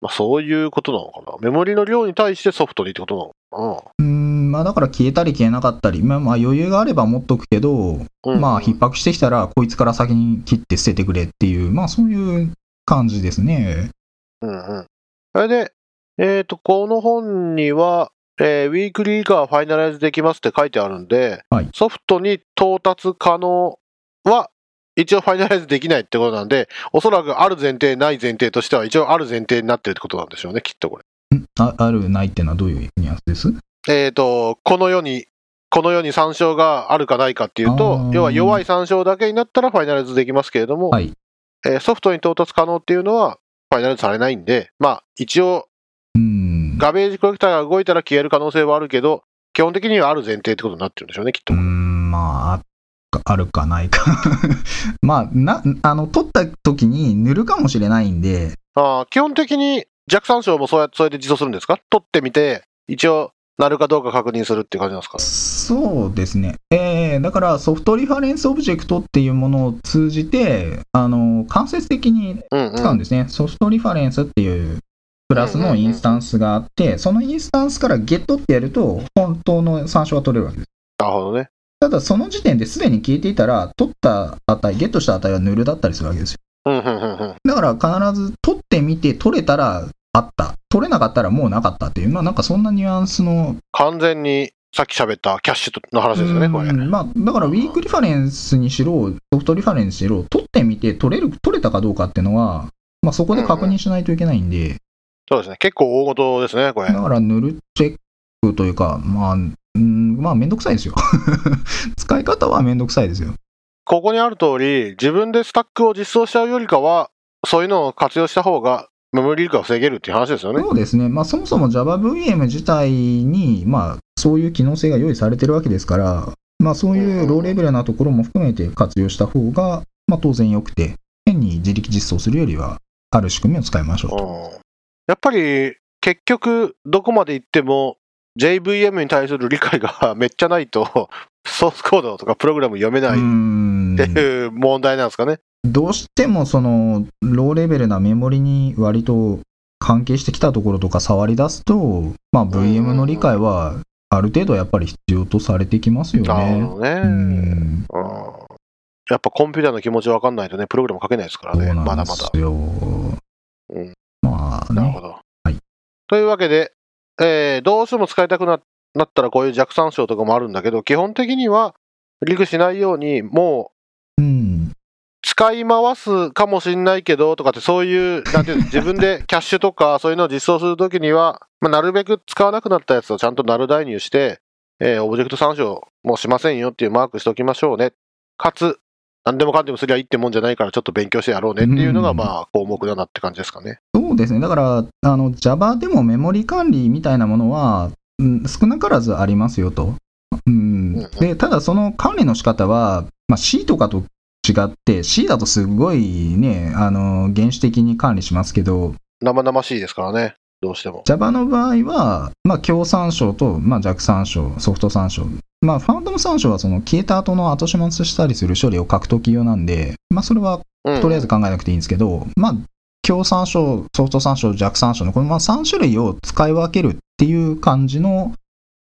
Speaker 2: まあ、そういうことなのかな。メモリの量に対してソフトにってことなのか
Speaker 1: うーん、まあ、だから消えたり消えなかったり、まあ、まあ余裕があれば持っとくけど、
Speaker 2: な。うん
Speaker 1: まあ、逼迫してきたら、こいつから先に切って捨ててくれっていう、まあ、そういう感じですね。
Speaker 2: うんうん。それで、えっ、と、この本には、えーウィークリーがファイナライズできますって書いてあるんで、
Speaker 1: はい
Speaker 2: ソフトに到達可能は一応ファイナライズできないってことなんで、おそらくある前提、ない前提としては、一応ある前提になってるってことなんでしょうね、きっとこれ。
Speaker 1: んああるないってのはどういうニュアンスです
Speaker 2: えっ、と、この世に、この世に参照があるかないかっていう
Speaker 1: あ
Speaker 2: と
Speaker 1: ー、
Speaker 2: 要は弱い参照だけになったらファイナライズできますけれども、
Speaker 1: はい
Speaker 2: えーソフトに到達可能っていうのは、ファイナライズされないんで、まあ、一応、
Speaker 1: うん
Speaker 2: ガベージコレクターが動いたら消える可能性はあるけど、基本的にはある前提ってことになってるんでしょうね、きっ
Speaker 1: う
Speaker 2: と。
Speaker 1: んまあああるかないか まあなあの取った時に塗るかもしれないんで
Speaker 2: あー基本的に弱参照もそうやって、それで自走するんですか取ってみて、一応、なるかどうか確認するっていう感じなんですか
Speaker 1: そうですね、えーだからソフトリファレンスオブジェクトっていうものを通じてあの間接的に
Speaker 2: うんうん。
Speaker 1: 使うんですね、ソフトリファレンスっていうクラス
Speaker 2: うんうん
Speaker 1: の
Speaker 2: うん
Speaker 1: インスタンスがあって、そのインスタンスからゲットってやると本当の参照が取れるわけです
Speaker 2: なるほどね。
Speaker 1: ただその時点ですでに消えていたら取った値ゲットした値はヌルだったりするわけですよ
Speaker 2: うんうんうんうん。
Speaker 1: だから必ず取ってみて取れたらあった取れなかったらもうなかったっていうまあなんかそんなニュアンスの
Speaker 2: 完全に、さっき喋ったキャッシュの話ですよね、これ。
Speaker 1: うんまあ、だからウィークリファレンスにしろ、ソフトリファレンスにしろ、取ってみて取れる、取れたかどうかっていうのは、まあ、そこで確認しないといけないんで、
Speaker 2: そうですね。結構大事ですね、これ。
Speaker 1: だから塗るチェックというか、まあ、うん、まあ、めんどくさいですよ。 使い方はめんどくさいですよ。
Speaker 2: ここにある通り、自分でスタックを実装しちゃうよりかは、そういうのを活用した方が、メモリーリークを防げるっていう話ですよね。
Speaker 1: そうですね、まあ、そもそも JavaVM 自体に、まあ、そういう機能性が用意されてるわけですから、まあ、そういうローレベルなところも含めて活用した方が、まあ、当然良くて、変に自力実装するよりは、ある仕組みを使いましょうと。
Speaker 2: うんやっぱり、結局、どこまで行っても、JVM に対する理解がめっちゃないと、 ソースコードとかプログラム読めないう
Speaker 1: ー
Speaker 2: っ
Speaker 1: ん
Speaker 2: ていう問題なんですかね。
Speaker 1: どうしてもそのローレベルなメモリに割と関係してきたところとか触り出すと、まあ、VM の理解はある程度やっぱり必要とされてきますよ
Speaker 2: なる
Speaker 1: ね。
Speaker 2: ほどね。
Speaker 1: う
Speaker 2: うん
Speaker 1: ん
Speaker 2: やっぱコンピューターの気持ちわかんないとね、プログラム書けないですから
Speaker 1: そう
Speaker 2: ね、
Speaker 1: な
Speaker 2: ま
Speaker 1: ん
Speaker 2: だ
Speaker 1: で
Speaker 2: まだ。
Speaker 1: すよ。
Speaker 2: うん
Speaker 1: まあ
Speaker 2: なる
Speaker 1: ね、
Speaker 2: ほど。
Speaker 1: はい
Speaker 2: というわけで、えーどうしても使いたくななったらこういう弱参照とかもあるんだけど、基本的にはリクしないように、もう
Speaker 1: うん、
Speaker 2: 使い回すかもしんないけどとかって、そういう、な んていうの自分でキャッシュとかそういうのを実装するときには、まあ、なるべく使わなくなったやつをちゃんとナル代入して、えーオブジェクト参照もしませんよっていうマークしておきましょうね。かつ、何でもかんでもすりゃいいってもんじゃないからちょっと勉強してやろうねっていうのが、
Speaker 1: うん
Speaker 2: まあ、項目だなって感じですかね。
Speaker 1: そうですね、だからあの Java でもメモリ管理みたいなものは、うん、少なからずありますよと。うん
Speaker 2: うんうん、
Speaker 1: でただその管理の仕方は、まあ、C とかと違って C だとすごいねあの原始的に管理しますけど
Speaker 2: 生々しいですからね、どうしても。
Speaker 1: Java の場合は、まあ、強参照と、まあ、弱参照ソフト参照、まあ、ファウンドの参照はその消えた後の後始末したりする処理を書くとき用なんで、まあ、それは
Speaker 2: うん
Speaker 1: とりあえず考えなくていいんですけど、まあ、強参照、ソフト参照、弱参照のこのまあ3種類を使い分けるっていう感じの、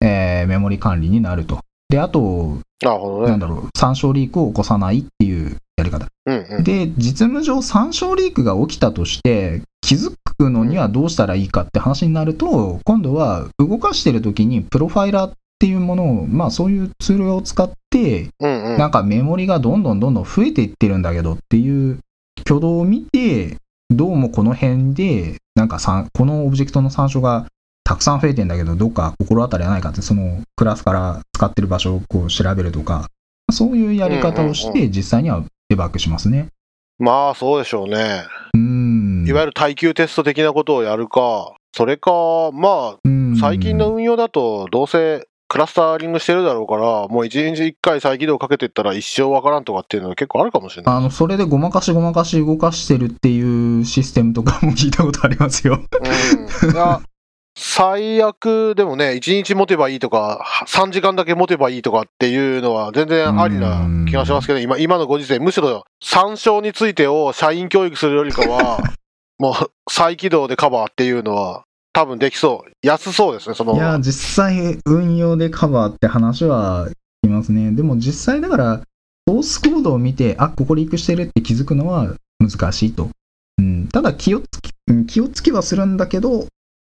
Speaker 1: えーメモリ管理になると。で、あと、
Speaker 2: なるほど
Speaker 1: なん
Speaker 2: ね。
Speaker 1: だろう、参照リークを起こさないっていうやり方。
Speaker 2: うんうん。
Speaker 1: で、実務上参照リークが起きたとして、気づくのにはどうしたらいいかって話になると、今度は動かしてる時にプロファイラーっていうものを、まあそういうツールを使って、
Speaker 2: うんうん。
Speaker 1: なんかメモリがどんどんどんどん増えていってるんだけどっていう挙動を見て、どうもこの辺で、なんかさんこのオブジェクトの参照がたくさん増えてんだけど、どっか心当たりはないかって、そのクラスから使ってる場所をこう調べるとか、そういうやり方をし
Speaker 2: うんうん
Speaker 1: て、実際にはデバッグしますね。
Speaker 2: まあ、そうでしょうね。
Speaker 1: うーん。
Speaker 2: いわゆる耐久テスト的なことをやるか、それか、まあ、
Speaker 1: うん
Speaker 2: 最近の運用だと、どうせクラスタリングしてるだろうから、もう一日一回再起動かけてったら一生わからんとかっていうのは結構あるかもしれない。
Speaker 1: あの、それでごまかしごまかし動かしてるっていうシステムとかも聞いたことありますよ。
Speaker 2: うん、いや最悪でもね、一日持てばいいとか、3時間だけ持てばいいとかっていうのは全然ありな気がしますけど、今今のご時世、むしろ参照についてを社員教育するよりかは、もう再起動でカバーっていうのは、多分できそう、安そうですね、その。
Speaker 1: いや、実際、運用でカバーって話は聞きますね。でも実際だから、ソースコードを見て、あ、ここリークしてるって気づくのは難しいと。うん、ただ気をつき、うん気をつきはするんだけど、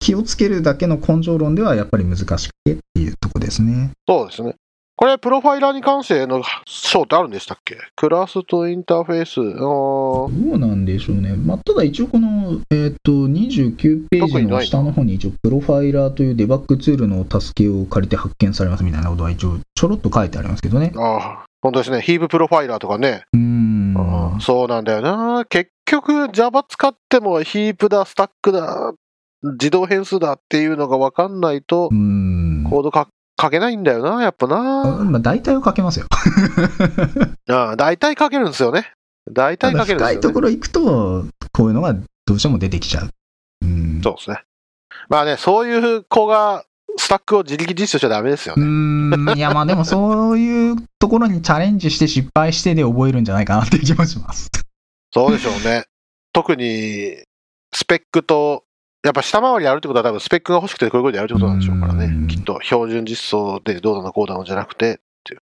Speaker 1: 気をつけるだけの根性論ではやっぱり難しくてっていうとこですね。
Speaker 2: そうですね。これ、プロファイラーに関しての章ってあるんでしたっけクラスとインターフェース。あー
Speaker 1: どうなんでしょうね、まあ、ただ一応この、えー、と29ページの下の方に一応プロファイラーというデバッグツールの助けを借りて発見されますみたいなことは一応ちょろっと書いてありますけどね
Speaker 2: あー、本当ですね。ヒーププロファイラーとかね。
Speaker 1: うーん
Speaker 2: うんそうなんだよな。結局、Java 使ってもヒープだ、スタックだ、自動変数だっていうのが分かんないと
Speaker 1: うー、ん
Speaker 2: コードか書けないんだよな、やっぱ
Speaker 1: あ
Speaker 2: な。
Speaker 1: まあ、大体を書けますよ。
Speaker 2: あー大体書けるんですよね。大体
Speaker 1: ただ
Speaker 2: 書けるん
Speaker 1: 深
Speaker 2: ですよ、
Speaker 1: い
Speaker 2: ね。
Speaker 1: ところ行くと、こういうのがどうしても出てきちゃう。うん
Speaker 2: そうですね。まあね、そういう子が、スタックを自力実証しちゃダメですよ
Speaker 1: う
Speaker 2: ね。
Speaker 1: ーんいやまあでもそういうところにチャレンジして失敗してで覚えるんじゃないかなっていう気もします。
Speaker 2: そうでしょうね。特に、スペックと、やっぱ下回りやるってことは多分スペックが欲しくてこういうことやるってことなんでしょうから
Speaker 1: うん
Speaker 2: ね。きっと、標準実装でどうだのこうだのじゃなくてっていう。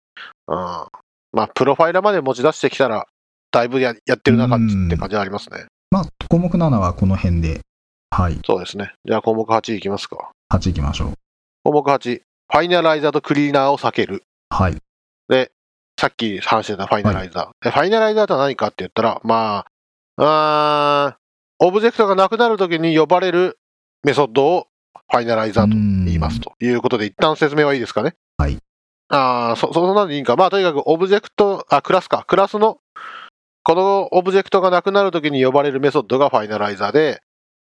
Speaker 2: うん。まあ、プロファイラーまで持ち出してきたら、だいぶややってるな感じって感じはありますね。
Speaker 1: まあ項目7はこの辺で、はい、
Speaker 2: そうですね。じゃあ項目8いきますか。
Speaker 1: 8いきましょう。
Speaker 2: 項目8、ファイナライザーとクリーナーを避ける。
Speaker 1: はい。
Speaker 2: さっき話してたファイナライザー。でファイナライザーとは何かって言ったら、まあ、うーん、オブジェクトがなくなるときに呼ばれるメソッドをファイナライザーと言いますということで、一旦説明はいいですかね。
Speaker 1: はい。
Speaker 2: ああ、そ、そんなんでいいんか。まあ、とにかくオブジェクト、あ、クラスか。クラスの、このオブジェクトがなくなるときに呼ばれるメソッドがファイナライザーで、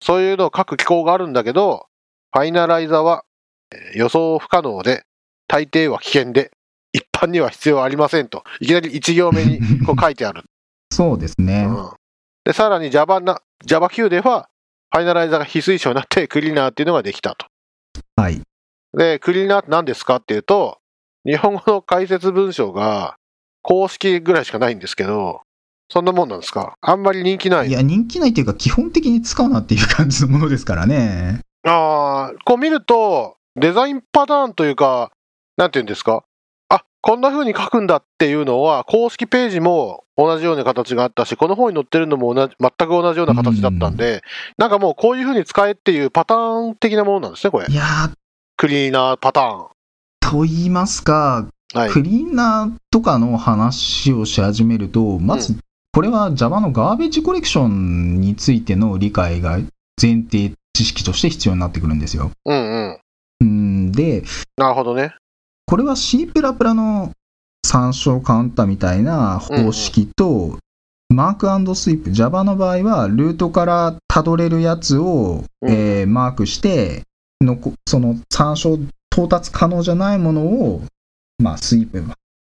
Speaker 2: そういうのを書く機構があるんだけど、ファイナライザーはえー予想不可能で、大抵は危険で、一般には必要ありませんと、いきなり1行目 にこう書いてある。
Speaker 1: そうですね。
Speaker 2: うんで、さらに Java な、JavaQ では、ファイナライザーが非推奨になって、クリーナーっていうのができたと。
Speaker 1: はい。
Speaker 2: で、クリーナーって何ですかっていうと、日本語の解説文章が公式ぐらいしかないんですけど、そんなもんなんですかあんまり人気ない。
Speaker 1: いや、人気ないというか、基本的に使うなっていう感じのものですからね。
Speaker 2: ああ、こう見ると、デザインパターンというか、なんていうんですかあ、こんな風に書くんだっていうのは、公式ページも同じような形があったし、この本に載ってるのも同じ全く同じような形だったんで、なんかもうこういう風に使えっていうパターン的なものなんですね、これ
Speaker 1: い。や
Speaker 2: クリーナーパターン。
Speaker 1: ー、と言いますか、
Speaker 2: はい。
Speaker 1: クリーナーとかの話をし始めると、まず、これは Java のガーベージコレクションについての理解が前提知識として必要になってくるんですよ。
Speaker 2: うんうん。
Speaker 1: うんで、
Speaker 2: なるほどね。
Speaker 1: これは C++ の参照カウンターみたいな方式と、マークスイープ、Java の場合は、ルートからたどれるやつを、
Speaker 2: うん
Speaker 1: えーマークしてのこ、その参照到達可能じゃないものを、まあ、スイープ、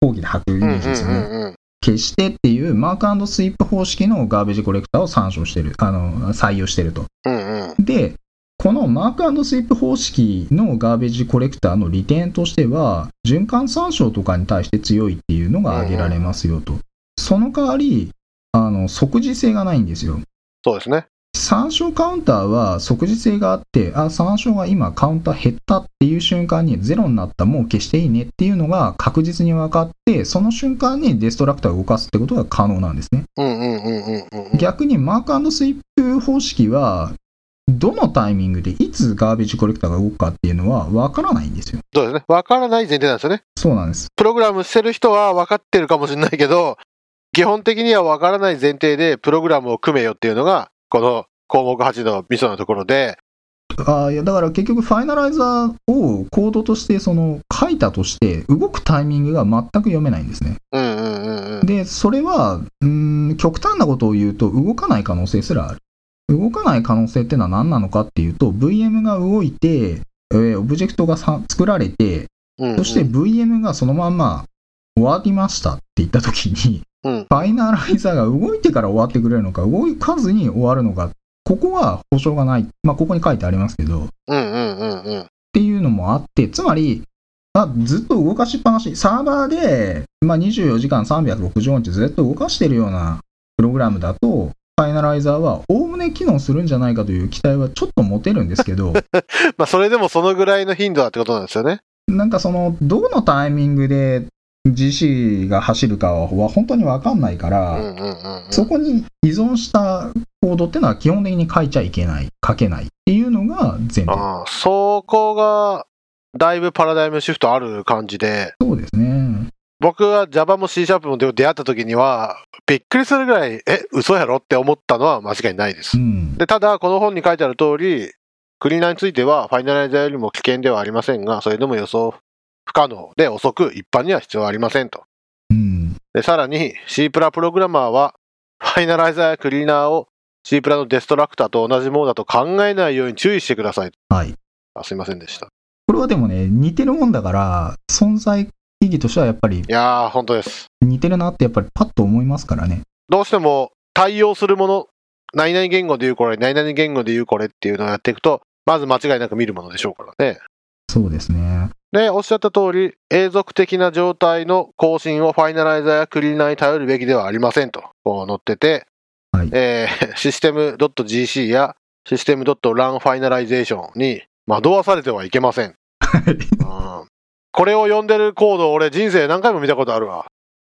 Speaker 1: 講義で履くイ
Speaker 2: うんう
Speaker 1: メ
Speaker 2: ん
Speaker 1: ージですよね。
Speaker 2: うんうん。
Speaker 1: 消してっていう、マークスイープ方式のガーベージコレクターを参照してる、あの、採用してると。
Speaker 2: うんうん。
Speaker 1: で、このマークスイープ方式のガーベージコレクターの利点としては、循環参照とかに対して強いっていうのが挙げられますよと。その代わり、あの即時性がないんですよ。
Speaker 2: そうですね。
Speaker 1: 参照カウンターは即時性があって、あ、参照が今カウンター減ったっていう瞬間にゼロになった、もう消していいねっていうのが確実に分かって、その瞬間にデストラクターを動かすってことが可能なんですね。
Speaker 2: うんうんうんうんうんうん。
Speaker 1: 逆にマークスイップ方式は、どのタイミングでいつガーベージコレクターが動くかっていうのは分からないんですよ。
Speaker 2: そうですね。わからない前提なんですよね。
Speaker 1: そうなんです。
Speaker 2: プログラムしてる人は分かってるかもしれないけど、基本的には分からない前提でプログラムを組めよっていうのが、この項目8のミソのところで、
Speaker 1: あーいやだから結局、ファイナライザーをコードとしてその書いたとして、動くタイミングが全く読めないんですね。
Speaker 2: うんうんうんうん。
Speaker 1: で、それは、うーん、極端なことを言うと、動かない可能性すらある。動かない可能性ってのは何なのかっていうと、VM が動いて、えーオブジェクトがさ作られて、
Speaker 2: うんうん
Speaker 1: そして VM がそのまんま終わりましたって言った時に、
Speaker 2: うん
Speaker 1: ファイナライザーが動いてから終わってくれるのか、動かずに終わるのか、ここは保証がない。まあ、ここに書いてありますけど、っ
Speaker 2: うんうんうんうん。
Speaker 1: ていうのもあって、つまり、あずっと動かしっぱなし、サーバーで、まあ、24時間365日ずっと動かしてるようなプログラムだと、ファイナライザーはおおむね機能するんじゃないかという期待はちょっと持てるんですけど、
Speaker 2: まあ、それでもそのぐらいの頻度だってことなんですよね。
Speaker 1: なんかその、どのタイミングで GC が走るかは本当に分かんないか
Speaker 2: うん
Speaker 1: ら、
Speaker 2: うんうん
Speaker 1: そこに依存したコードってのは基本的に書いちゃいけない、書けないっていうのが前
Speaker 2: うん。
Speaker 1: 提。
Speaker 2: ああ、そこが、だいぶパラダイムシフトある感じで、
Speaker 1: そうですね。
Speaker 2: 僕は Java も C シャープも出会った時には、びっくりするぐらい、え、嘘やろって思ったのは間違いないです
Speaker 1: う。ん。
Speaker 2: で、ただ、この本に書いてある通り、クリーナーについては、ファイナライザーよりも危険ではありませんが、それでも予想不可能で遅く、一般には必要ありませんと。
Speaker 1: うん。
Speaker 2: で、さらに C プラプログラマーは、ファイナライザーやクリーナーを C プラのデストラクターと同じものだと考えないように注意してください。
Speaker 1: はい。
Speaker 2: あすいませんでした。
Speaker 1: これはでもね、似てるもんだから、存在意義としてはやっぱり
Speaker 2: いやー、本当です。
Speaker 1: 似てるなってやっぱりパッと思いますからね。
Speaker 2: どうしても対応するもの、何々言語で言うこれ、何々言語で言うこれっていうのをやっていくと、まず間違いなく見るものでしょうからね。
Speaker 1: そうですね。
Speaker 2: で、おっしゃった通り、永続的な状態の更新をファイナライザーやクリーナーに頼るべきではありませんと、こう載ってて、
Speaker 1: はい
Speaker 2: えー、 システム .gc やシステム .run ファイナライゼーションに惑わされてはいけません。うんこれを読んでるコード、俺人生何回も見たことあるわ。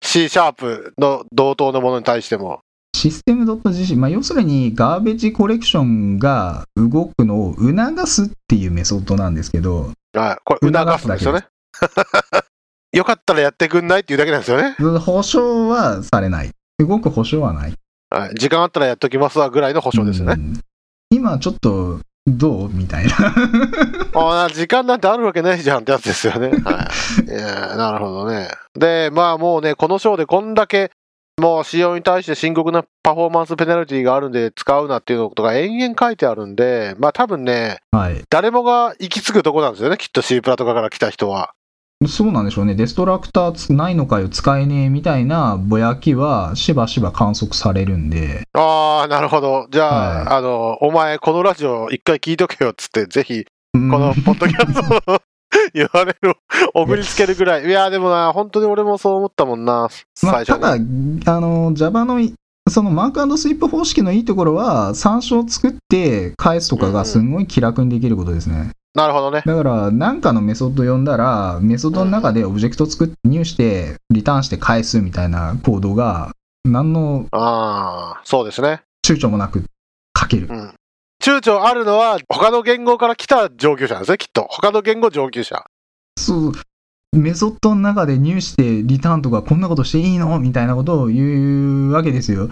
Speaker 2: C シャープの同等のものに対しても。
Speaker 1: システム .gc、まあ、要するにガーベージコレクションが動くのを促すっていうメソッドなんですけど、
Speaker 2: はい、これ促すんですよね。よかったらやってくんないっていうだけなんですよね。
Speaker 1: 保証はされない。動く保証はない。
Speaker 2: はい、時間あったらやっときますわぐらいの保証ですよね
Speaker 1: う。ん今ちょっとどうみたいな。
Speaker 2: ああ、時間なんてあるわけないじゃんってやつですよね。はい。いやーなるほどね。で、まあもうね、この章でこんだけ、もう使用に対して深刻なパフォーマンスペナルティがあるんで使うなっていうのとか延々書いてあるんで、まあ多分ね、
Speaker 1: はい。
Speaker 2: 誰もが行き着くとこなんですよね、きっと C プラとかから来た人は。
Speaker 1: そうなんでしょうね。デストラクターつないのかよ、使えねえみたいなぼやきはしばしば観測されるんで、
Speaker 2: ああ、なるほど。じゃあ、
Speaker 1: は
Speaker 2: あの、お前このラジオ一回聞いとけよっつって、ぜひ
Speaker 1: うん
Speaker 2: このポッドキャスト の URL を送りつけるぐらい。いやーでもな、本当に俺もそう思ったもんな、
Speaker 1: ま
Speaker 2: 最
Speaker 1: あ、
Speaker 2: 初
Speaker 1: た
Speaker 2: に。
Speaker 1: だ、あの、Java のい、そのマークスイープ方式のいいところは、参照を作って返すとかがすんごい気楽にできることですね。
Speaker 2: なるほどね。
Speaker 1: だから、なんかのメソッド読んだら、メソッドの中でオブジェクト作って、入して、リターンして返すみたいなコードが、何の
Speaker 2: ああ、そうですね。
Speaker 1: 躊躇もなく書ける
Speaker 2: う。ん。躊躇あるのは、他の言語から来た上級者なんですね、きっと。他の言語上級者。
Speaker 1: そう、メソッドの中で入して、リターンとかこんなことしていいのみたいなことを言うわけですよ。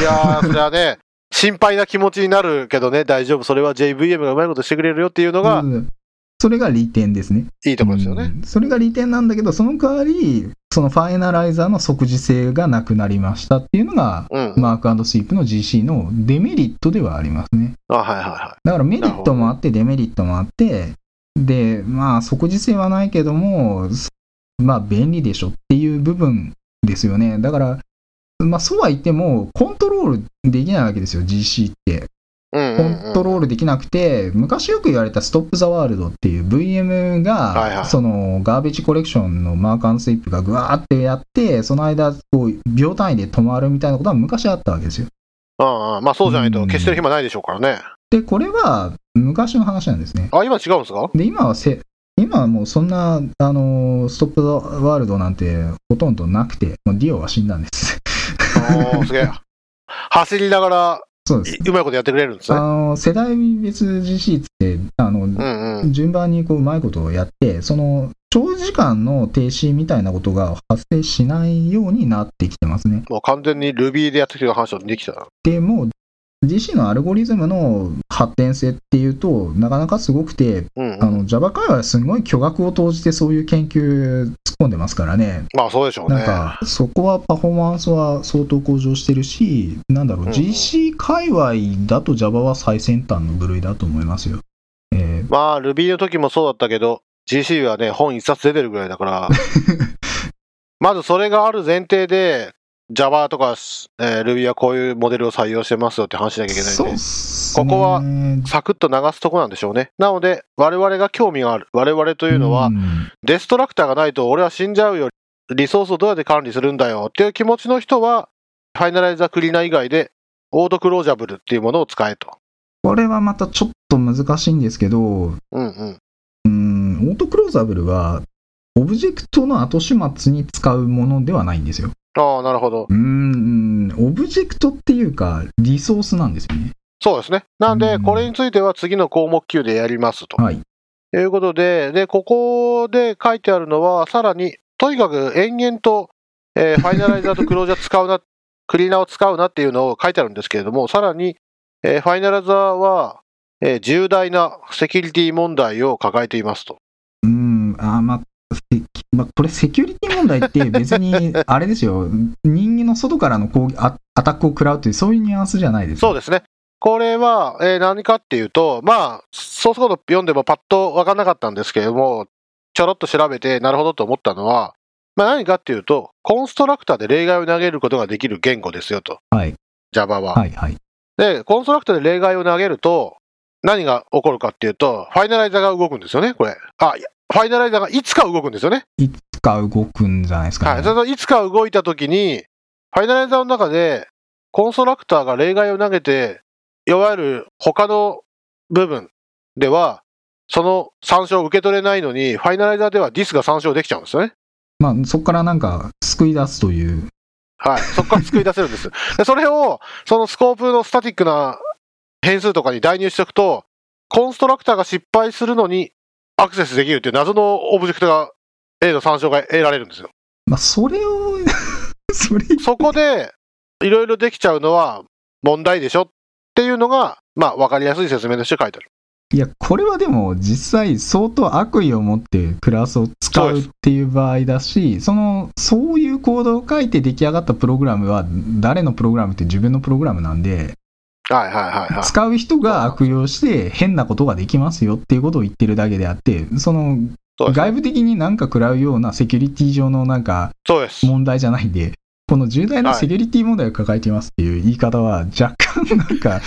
Speaker 2: いやー、それ はね、心配な気持ちになるけどね、大丈夫、それは JVM がうまいことしてくれるよっていうのが
Speaker 1: うんそれが利点ですね。
Speaker 2: いいところですよね。
Speaker 1: うんそれが利点なんだけど、その代わり、そのファイナライザーの即時性がなくなりましたっていうのが、
Speaker 2: うん。
Speaker 1: マークスイープの GC のデメリットではありますね。
Speaker 2: あ、はいはいは
Speaker 1: だからメリットもあって、デメリットもあって、で、まあ、即時性はないけども、そまあ、便利でしょっていう部分ですよね。だから、まあ、そうは言っても、コントロールできないわけですよ、GC って。
Speaker 2: い。うんう
Speaker 1: コ
Speaker 2: ん、うん。
Speaker 1: ントロールできなくて、昔よく言われたストップ・ザ・ワールドっていう VM が、
Speaker 2: はいはい
Speaker 1: そのガーベージコレクションのマークスイープがぐわーってやって、その間、こう秒単位で止まるみたいなことは昔あったわけですよ。
Speaker 2: うんうんまあそうじゃないと消してる暇ないでしょうからね。
Speaker 1: で、これは昔の話なんですね。
Speaker 2: あ、今違うんですか
Speaker 1: で、今はせ、今はもうそんな、あのーストップ・ザ・ワールドなんてほとんどなくて、もうディオは死んだんです。
Speaker 2: おー、すげえ。走りながら、
Speaker 1: そうです。
Speaker 2: いうまいことやってくれるんです
Speaker 1: あ
Speaker 2: ね。
Speaker 1: のー世代別 GC って、あの、
Speaker 2: うんうん。
Speaker 1: 順番にこううまいことをやって、その長時間の停止みたいなことが発生しないようになってきてますね。
Speaker 2: もう完全に Ruby でやってきた話をできたな。
Speaker 1: でもう GC のアルゴリズムの発展性っていうとなかなかすごくて、
Speaker 2: うん、うん
Speaker 1: あ。の Java 界はすごい巨額を投じてそういう研究突っ込んでますからね。
Speaker 2: まあそうでしょうね。
Speaker 1: なんかそこはパフォーマンスは相当向上してるし、なんだろう、
Speaker 2: うん
Speaker 1: GC 界隈だと Java は最先端の部類だと思いますよ。えー
Speaker 2: まあ、Ruby の時もそうだったけど、GC はね、本一冊出てるぐらい だから、まずそれがある前提で、Java とか、えー Ruby はこういうモデルを採用してますよって話しなきゃいけないんで
Speaker 1: そうっすね
Speaker 2: ここはサクッと流すとこなんでしょうね。なので、我々が興味がある。我々というのは、
Speaker 1: ん
Speaker 2: デストラクターがないと俺は死んじゃうよ。リソースをどうやって管理するんだよっていう気持ちの人は、ファイナライザークリーナー以外で、オートクロージャブルっていうものを使えと。
Speaker 1: これはまたちょっと難しいんですけど、
Speaker 2: うんうん。
Speaker 1: うん、オートクローザブルは、オブジェクトの後始末に使うものではないんですよ。
Speaker 2: ああ、なるほど。
Speaker 1: うん、オブジェクトっていうか、リソースなんですよね。
Speaker 2: そうですね。なんで、
Speaker 1: うん
Speaker 2: これについては次の項目9でやりますと。
Speaker 1: はい。
Speaker 2: ということで、で、ここで書いてあるのは、さらにとにかく延々と、えーファイナライザーとクロージャー使うな、クリーナーを使うなっていうのを書いてあるんですけれども、さらに、えーファイナライザーは、えー重大なセキュリティ問題を抱えていますと。
Speaker 1: うん、あーまあ、せまあ、これセキュリティ問題って別にあれですよ、 人間の外からの攻撃アアタックを食らうというそういうニュアンスじゃないです
Speaker 2: そう
Speaker 1: で
Speaker 2: ですね。これは、えー何かっていうと、まあ、ソースコード読んでもパッと分かんなかったんですけれども、ちょろっと調べて、なるほどと思ったのは、まあ、何かっていうと、コンストラクターで例外を投げることができる言語ですよと。
Speaker 1: はい。
Speaker 2: Java は。
Speaker 1: はいはい。
Speaker 2: で、コンストラクターで例外を投げると、何が起こるかっていうと、ファイナライザーが動くんですよね、これ。あ、いやファイナライザーがいつか動くんですよね。
Speaker 1: が動くんじゃないですか、
Speaker 2: はい。
Speaker 1: ね
Speaker 2: そのいつか動いたときに、ファイナライザーの中で、コンストラクターが例外を投げて、いわゆる他の部分では、その参照を受け取れないのに、ファイナライザーではディスが参照できちゃうんですよね。
Speaker 1: まあ、そこからなんか救い出すという、
Speaker 2: はい。そこから救い出せるんです。 でそれを、そのスコープのスタティックな変数とかに代入しておくと、コンストラクターが失敗するのにアクセスできるっていう謎のオブジェクトが、A の参照が得られるんですよ。
Speaker 1: まあ、それを それ
Speaker 2: そこで、いろいろできちゃうのは問題でしょっていうのが、まあ、わかりやすい説明として書いてある。
Speaker 1: いやこれはでも実際相当悪意を持ってクラスを使
Speaker 2: そう
Speaker 1: うっ
Speaker 2: です
Speaker 1: ていう場合だしそのそういうコードを書いて出来上がったプログラムは誰のプログラムって自分のプログラムなんで
Speaker 2: はいはいはいはい。
Speaker 1: 使う人が悪用して変なことができますよっていうことを言ってるだけであってその
Speaker 2: そうです。
Speaker 1: 外部的になんか食らうようなセキュリティ上のなんか
Speaker 2: そうです。
Speaker 1: 問題じゃないんでこの重大なセキュリティ問題を抱えていますっていう言い方は若干なんか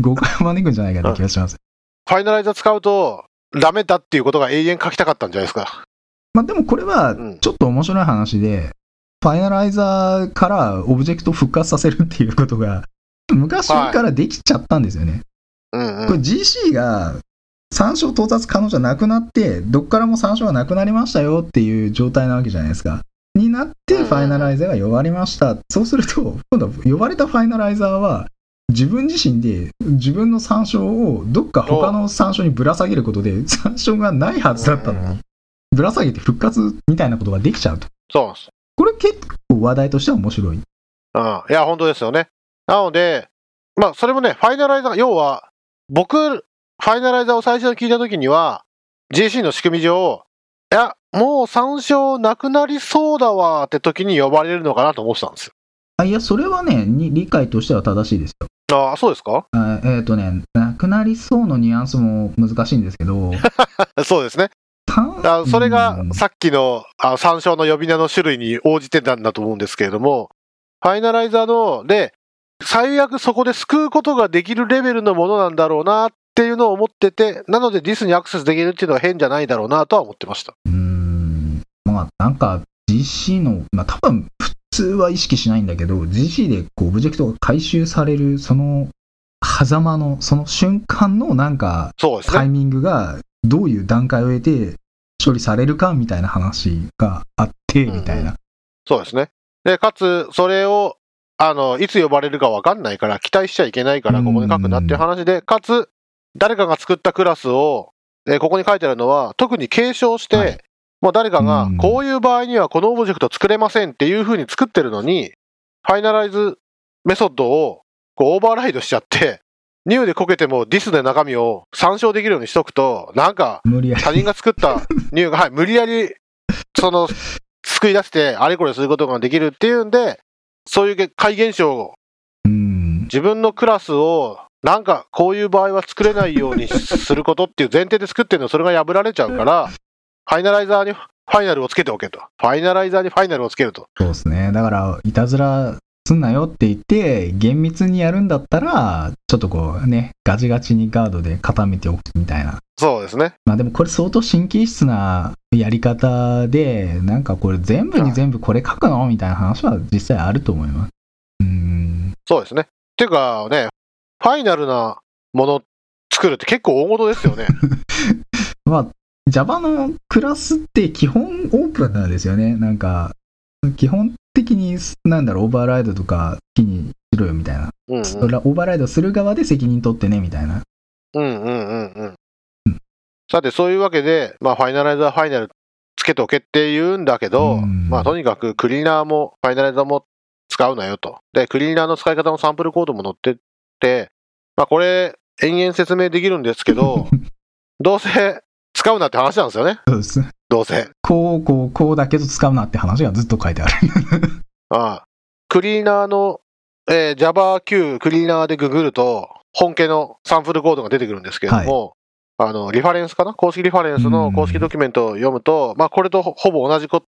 Speaker 1: 誤解を招くんじゃないかって気がします。
Speaker 2: ファイナライザー使うと、ダメだっていうことが永遠書きたかったんじゃないですか。
Speaker 1: まあでもこれは
Speaker 2: うん
Speaker 1: ちょっと面白い話で、ファイナライザーからオブジェクトを復活させるっていうことが昔からできちゃったんですよね。
Speaker 2: うんう
Speaker 1: これ
Speaker 2: ん。
Speaker 1: GC が参照到達可能じゃなくなってどっからも参照がなくなりましたよっていう状態なわけじゃないですかになって
Speaker 2: うん
Speaker 1: ファイナライザーが呼ばれましたそうすると今度は呼ばれたファイナライザーは自分自身で自分の参照をどっか他の参照にぶら下げることで参照がないはずだったのにぶら下げて復活みたいなことができちゃうと
Speaker 2: そうなんです。
Speaker 1: これ結構話題としては面白い
Speaker 2: うん、いや、本当ですよね。なので、まあ、それもね、ファイナライザー、要は、僕、ファイナライザーを最初に聞いたときには、GC の仕組み上、いや、もう参照なくなりそうだわって時に呼ばれるのかなと思ってたんですよ。
Speaker 1: あいやそれはねに理解としては正しいです
Speaker 2: ああ、そうですか
Speaker 1: あえっ、とね、なくなりそうのニュアンスも難しいんですけ ど、
Speaker 2: そうですね。
Speaker 1: た
Speaker 2: あそれが
Speaker 1: うん
Speaker 2: さっきのあ参照の呼び名の種類に応じてたんだと思うんですけれども、ファイナライザーので、最悪そこで救うことができるレベルのものなんだろうなっていうのを思ってて、なのでディスにアクセスできるっていうのは変じゃないだろうなとは思ってました。
Speaker 1: うん、まあなんか GC の、まあ多分普通は意識しないんだけど、GC でこうオブジェクトが回収される、その狭間の、その瞬間のなんか
Speaker 2: そうです
Speaker 1: タイ
Speaker 2: ね。
Speaker 1: ミングがどういう段階を得て処理されるかみたいな話があって、みたいな。
Speaker 2: そうですね。で、かつ、それを、あの、いつ呼ばれるかわかんないから、期待しちゃいけないから、ここに書くなっていう話で、かつ、誰かが作ったクラスを、えここに書いてあるのは、特に継承して、
Speaker 1: はい
Speaker 2: もう誰かが
Speaker 1: う、ん
Speaker 2: こういう場合にはこのオブジェクト作れませんっていうふうに作ってるのに、ファイナライズメソッドをこうオーバーライドしちゃって、ニューでこけてもディスで中身を参照できるようにしとくと、なんか、
Speaker 1: 無理やり。
Speaker 2: 他人が作ったニューが、はい、無理やり、その、救い出して、あれこれすることができるっていうんで、そういう怪現象を、
Speaker 1: うん。
Speaker 2: 自分のクラスを、なんか、こういう場合は作れないようにすることっていう前提で作ってるの、それが破られちゃうから、ファイナライザーにファイナルをつけておけと。ファイナライザーにファイナルをつけると。
Speaker 1: そうですね。だから、いたずらすんなよって言って、厳密にやるんだったら、ちょっとこうね、ガチガチにガードで固めておくみたいな。
Speaker 2: そうですね。
Speaker 1: まあでもこれ相当神経質なやり方で、なんかこれ全部に全部これ書くのみたいな話は実際あると思います。うん。
Speaker 2: そうですね。っていうかね、ファイナルなもの作るって結構大事ですよね。
Speaker 1: まあ、Java のクラスって基本オープンなんですよね。なんか、基本的に、なんだろう、オーバーライドとか気にしろよみたいな。
Speaker 2: うんうん
Speaker 1: それはオーバーライドする側で責任取ってねみたいな。
Speaker 2: うんうんうんうん。さて、そういうわけで、まあ、ファイナライザーファイナルつけておけって言うんだけど、
Speaker 1: うん
Speaker 2: まあとにかくクリーナーもファイナライザーも使うなよと。で、クリーナーの使い方のサンプルコードも載ってて、まあこれ、延々説明できるんですけ ど、どうせ使うなって話なんですよね。
Speaker 1: そうです。
Speaker 2: どうせ。
Speaker 1: こう、こう、こうだけど使うなって話がずっと書いてある。
Speaker 2: ああクリーナーの、えー JavaQ クリーナーでググると、本家のサンプルコードが出てくるんですけれども、あの、リファレンスかな公式リファレンス
Speaker 1: う
Speaker 2: の
Speaker 1: ん
Speaker 2: 公式ドキュメントを読むと、まあ、これとほほぼ同じこ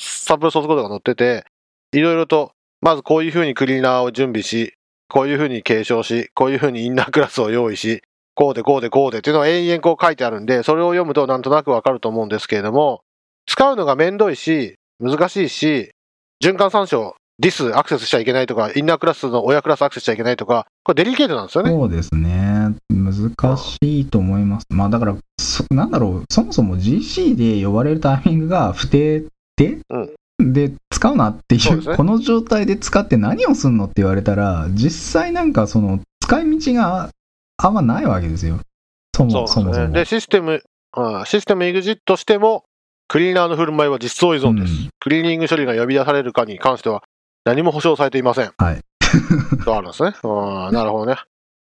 Speaker 2: サンプルソースコードが載ってて、いろいろと、まずこういうふうにクリーナーを準備し、こういうふうに継承し、こういうふうにインナークラスを用意し、こうでこうでこうでっていうのは永遠こう書いてあるんで、それを読むとなんとなくわかると思うんですけれども、使うのがめんどいし、難しいし、循環参照、ディスアクセスしちゃいけないとか、インナークラスの親クラスアクセスしちゃいけないとか、これデリケートなんですよね。
Speaker 1: そうですね。難しいと思います。まあだから、そなんだろう、そもそも GC で呼ばれるタイミングが不定で、で、使うなってい
Speaker 2: そう
Speaker 1: う
Speaker 2: ですね
Speaker 1: この状態で使って何をすんのって言われたら、実際なんかその、使い道があんまないわけですよ。そもそ
Speaker 2: そう
Speaker 1: も
Speaker 2: です
Speaker 1: そ
Speaker 2: ね。
Speaker 1: も。
Speaker 2: で、システム、うんシステムエグジットしても、クリーナーの振る舞いは実装依存です。
Speaker 1: うん
Speaker 2: クリーニング処理が呼び出されるかに関しては、何も保証されていません。
Speaker 1: はい。
Speaker 2: とあるんですね。うん、なるほどね。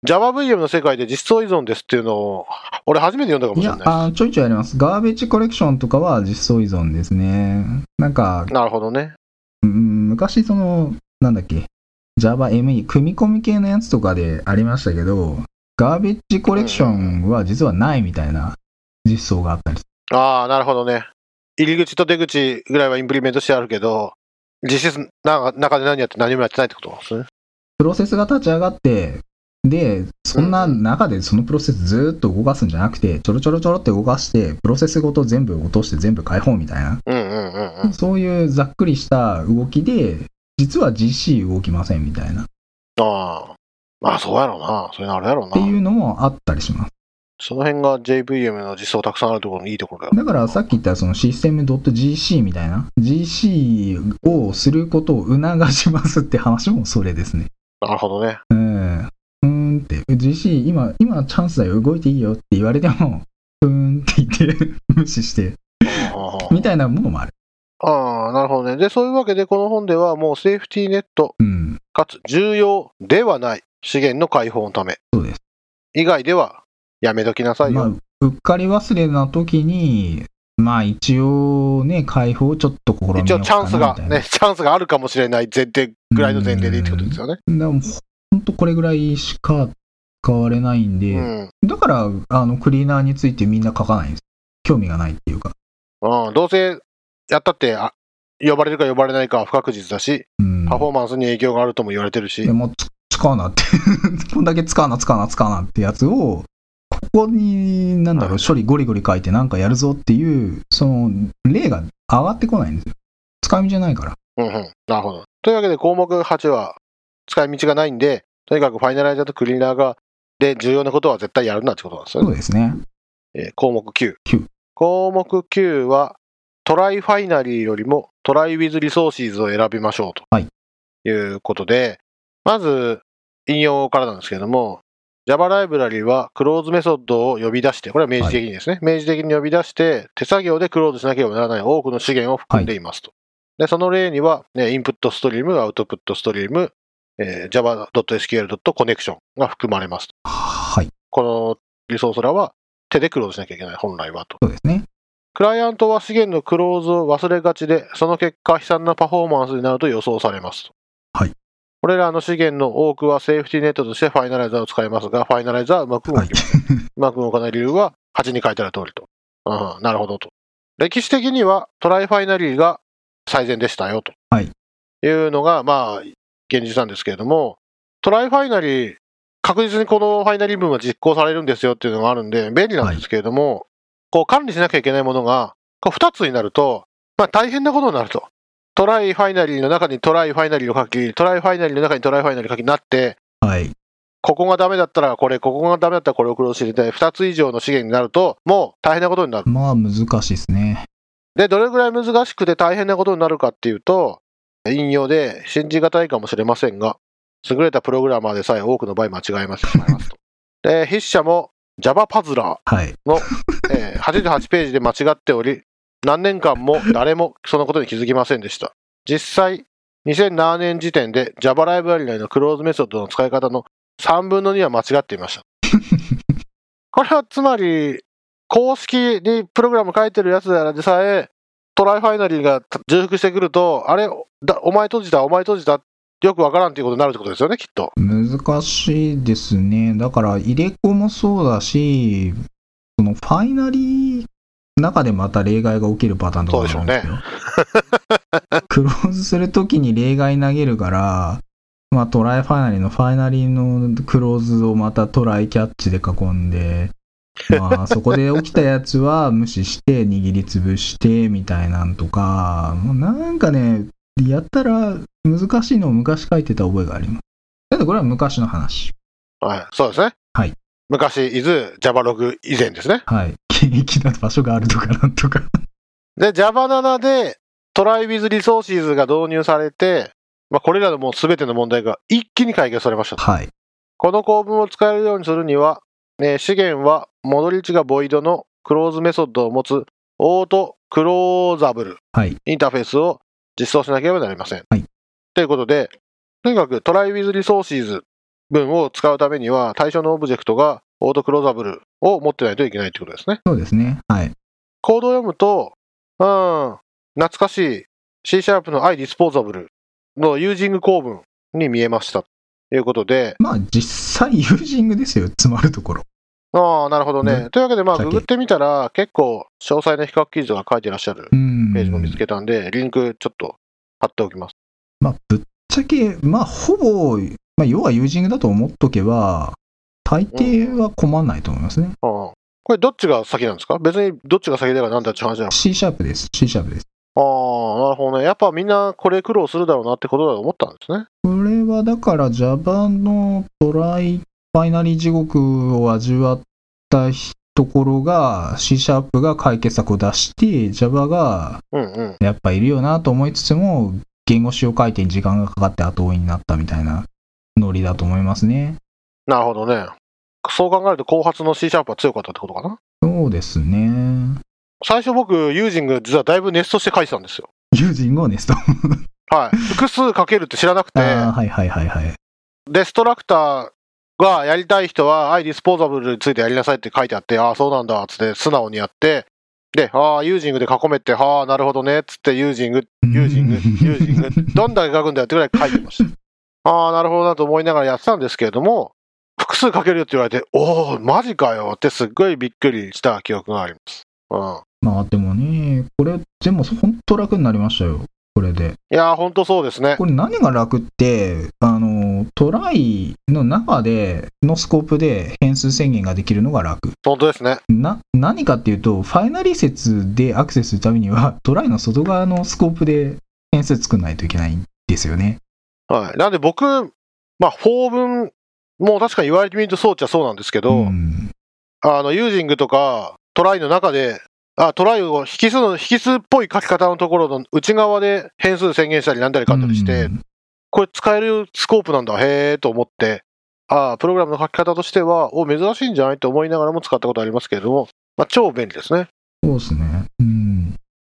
Speaker 2: JavaVM の世界で実装依存ですっていうのを、俺初めて読んだかも
Speaker 1: い
Speaker 2: し
Speaker 1: や
Speaker 2: れない
Speaker 1: あ、
Speaker 2: です
Speaker 1: ちょいちょいあります。ガーベージコレクションとかは実装依存ですね。なんか、
Speaker 2: なるほどね。
Speaker 1: うん昔その、なんだっけ、JavaME、組み込み系のやつとかでありましたけど、ガーベッジコレクションは実はないみたいな実装があったりす
Speaker 2: ああ、なるほどね。入り口と出口ぐらいはインプリメントしてあるけど、実質な中で何やって何もやってないってことですね。
Speaker 1: プロセスが立ち上がって、で、そんな中でそのプロセスずーっと動かすんじゃなくて、ちょろちょろちょろって動かして、プロセスごと全部落として全部解放みたいな、
Speaker 2: うんうんうんうん。
Speaker 1: そういうざっくりした動きで、実は GC 動きませんみたいな、っ
Speaker 2: ああ。まあそうやろうな。そういうのあるやろう
Speaker 1: てい
Speaker 2: な。
Speaker 1: うのもあったりします。
Speaker 2: その辺が JVM の実装たくさんあるところのいいところだよ。
Speaker 1: だからさっき言ったそのシステム .gc みたいな GC をすることを促しますって話もそれですね。
Speaker 2: なるほどね。
Speaker 1: うん。うーんって、GC 今、今チャンスだよ、動いていいよって言われても、うーんって言って無視して、みたいなものもある。
Speaker 2: ああ、なるほどね。で、そういうわけでこの本ではもうセーフティーネット
Speaker 1: うん。
Speaker 2: かつ重要ではない資源の解放のため。
Speaker 1: そうです。
Speaker 2: 以外ではやめときなさいよ。
Speaker 1: まあ、うっかり忘れな時に、まあ一応ね、解放をちょっと試みようかなみ
Speaker 2: 一
Speaker 1: たい
Speaker 2: 応
Speaker 1: な。
Speaker 2: チャンスが、ね、チャンスがあるかもしれない前提ぐらいの前提でいいってことですよね。
Speaker 1: でも、ほんとこれぐらいしか使われないんで、
Speaker 2: うん。
Speaker 1: だから、あの、クリーナーについてみんな書かないんです。興味がないっていうか。
Speaker 2: うん、どうせやったってあ呼ばれるか呼ばれないかは不確実だし、
Speaker 1: うん。
Speaker 2: パフォーマンスに影響があるとも言われてるし、
Speaker 1: いやもうつ使うなって。 こんだけ使うな、使うな、使うなってやつを、ここに、なんだろ
Speaker 2: は
Speaker 1: う、処理ゴリゴリ書いてなんかやるぞっていう、その、例が上がってこないんですよ。使い道じゃないから。
Speaker 2: うんうん、なるほど。というわけで項目8は使い道がないんで、とにかくファイナライザーとクリーナーがで重要なことは絶対やるなってことなんですよ
Speaker 1: そ
Speaker 2: ね。
Speaker 1: うですね。
Speaker 2: えー項目9
Speaker 1: 九。
Speaker 2: 項目9は、トライファイナリーよりもトライウィズリソーシーズを選びましょうと。
Speaker 1: はいい。
Speaker 2: うことで、まず、引用からなんですけども、Java ライブラリはクローズメソッドを呼び出して、これは明示的にですね、明示的に呼び出して、手作業でクローズしなければならない多くの資源を含んでいますと。で、その例には、ね、インプットストリーム、アウトプットストリーム、えー java.sql.connection が含まれますと。
Speaker 1: はい。
Speaker 2: このリソースらは手でクローズしなきゃいけない、本来はと。
Speaker 1: そうですね。
Speaker 2: クライアントは資源のクローズを忘れがちで、その結果、悲惨なパフォーマンスになると予想されます。
Speaker 1: はい。
Speaker 2: これらの資源の多くはセーフティーネットとしてファイナライザーを使いますが、ファイナライザーはうまく動きません
Speaker 1: はい。
Speaker 2: うまく動かない理由は8に書いてある通りと。うん、なるほどと。歴史的にはトライファイナリーが最善でしたよと。
Speaker 1: はい。
Speaker 2: いうのが、まあ、現実なんですけれども、トライファイナリー、確実にこのファイナリー分は実行されるんですよっていうのがあるんで、便利なんですけれども、こう管理しなきゃいけないものが、こう2つになると、まあ大変なことになると。トライファイナリーの中にトライファイナリーを書き、トライファイナリーの中にトライファイナリーを書きになって、
Speaker 1: はい。
Speaker 2: ここがダメだったらこれ、ここがダメだったらこれをクローズしてて、2つ以上の資源になると、もう大変なことになる。
Speaker 1: まあ、難しいですね。
Speaker 2: で、どれぐらい難しくて大変なことになるかっていうと、引用で信じがたいかもしれませんが、優れたプログラマーでさえ多くの場合間違えましてしまいますと。で、筆者も Java パズラ
Speaker 1: はい。
Speaker 2: ーの、えー88ページで間違っており、何年間も誰もそのことに気づきませんでした。実際、2007年時点で Java ライブラリ内のクローズメソッドの使い方の3分の2は間違ってい ました。これはつまり、公式にプログラム書いてるやつであらでさえ、トライファイナリーが重複してくると、あれ、だお前閉じた、お前閉じた、よくわからんっていうことになるってことですよね、きっと。
Speaker 1: 難しいですね。だから、入れ子もそうだし、そのファイナリーの中でまた例外が起きるパターンとかもあるんですよ。 クローズするときに例外投げるから、まあ、トライファイナリーのファイナリーのクローズをまたトライキャッチで囲んで、まあ、そこで起きたやつは無視して握りつぶしてみたいなんとか、もうなんかね、やったら難しいのを昔書いてた覚えがあります。ただこれは昔の話。
Speaker 2: はい、そうですね。
Speaker 1: はい
Speaker 2: 昔、伊豆 Java6 以前ですね。
Speaker 1: はい。 現役な場所があるとかなんとか。
Speaker 2: で、Java7 で TryWithResources が導入されて、まあ、これらのもう全ての問題が一気に解決されましたと。
Speaker 1: はい。
Speaker 2: この構文を使えるようにするには、えー資源は戻り値がボイドのクローズメソッドを持つオートクローザブル
Speaker 1: はい
Speaker 2: インターフェースを実装しなければなりません。
Speaker 1: はい
Speaker 2: ということで、とにかく TryWithResources 文を使うためには対象のオブジェクトがオートクローザブルを持ってないといけないということですね。
Speaker 1: そうですね。はい。
Speaker 2: コードを読むと、うん、懐かしい C シャープの i d i s p o s a b l e のユージング構文に見えました。ということで、
Speaker 1: まあ、実際ユージングですよ。詰まるところ。
Speaker 2: ああ、なるほどね。
Speaker 1: ね
Speaker 2: というわけで、まあ、
Speaker 1: さっ
Speaker 2: グ
Speaker 1: き
Speaker 2: グってみたら、結構詳細な比較記事が書いてらっしゃる
Speaker 1: うん。
Speaker 2: ページも見つけたんで、リンクちょっと貼っておきます。
Speaker 1: まあ、ぶっちゃけ、まあ、ほぼ、まあ、要はユージングだと思っとけば、大抵は困んないと思いますね。
Speaker 2: うん、これ、どっちが先なんですか別にどっちが先だからなんだって話じゃなくて
Speaker 1: C シャープです。C シャープです。
Speaker 2: ああ、なるほどね。やっぱみんなこれ苦労するだろうなってことだと思ったんですね。
Speaker 1: これはだから Java のトライファイナリー地獄を味わったところが C シャープが解決策を出して Java が
Speaker 2: うんうん。
Speaker 1: やっぱいるよなと思いつつも言語使用回転に時間がかかって後追いになったみたいなノリだと思いますね。
Speaker 2: なるほどね。そう考えると、後発の C シャープは強かったってことかな。
Speaker 1: そうですね。
Speaker 2: 最初僕、ユージング、実はだいぶネストして書いてたんですよ。
Speaker 1: ユージングをネス ト。
Speaker 2: はい。複数書けるって知らなくて、
Speaker 1: ああ、はいはいはいはい。
Speaker 2: デストラクターがやりたい人は、アイディスポーザブルについてやりなさいって書いてあって、ああ、そうなんだ、つって素直にやって、で、ああ、ユージングで囲めって、はあ、なるほどね、つってユージング、ユージン グ、ユージング、どんだけ書くんだよってぐらい書いてました。ああ、なるほどなと思いながらやってたんですけれども、複数書けるよって言われて、おお、マジかよってすっごいびっくりした記憶があります。うん。
Speaker 1: まあでもね、これでも本当楽になりましたよ。これで。
Speaker 2: いやー、ほんとそうですね。
Speaker 1: これ何が楽って、あの、トライの中で、のスコープで変数宣言ができるのが楽。
Speaker 2: 本当ですね。
Speaker 1: な、何かっていうと、ファイナリー説でアクセスするためには、 トライの外側のスコープで変数作んないといけないんですよね。
Speaker 2: はい。なんで僕、まあ、法文も確かに言われてみるとそうっちゃそうなんですけど、
Speaker 1: ん、
Speaker 2: あの、ユージングとかトライの中で、あ、トライを引数の、引数っぽい書き方のところの内側で変数宣言したりなんだりかんだりして、
Speaker 1: うん
Speaker 2: これ使えるスコープなんだ、へーと思って、あプログラムの書き方としては、お、珍しいんじゃないと思いながらも使ったことありますけれども、まあ、超便利ですね。
Speaker 1: そうですね。うん。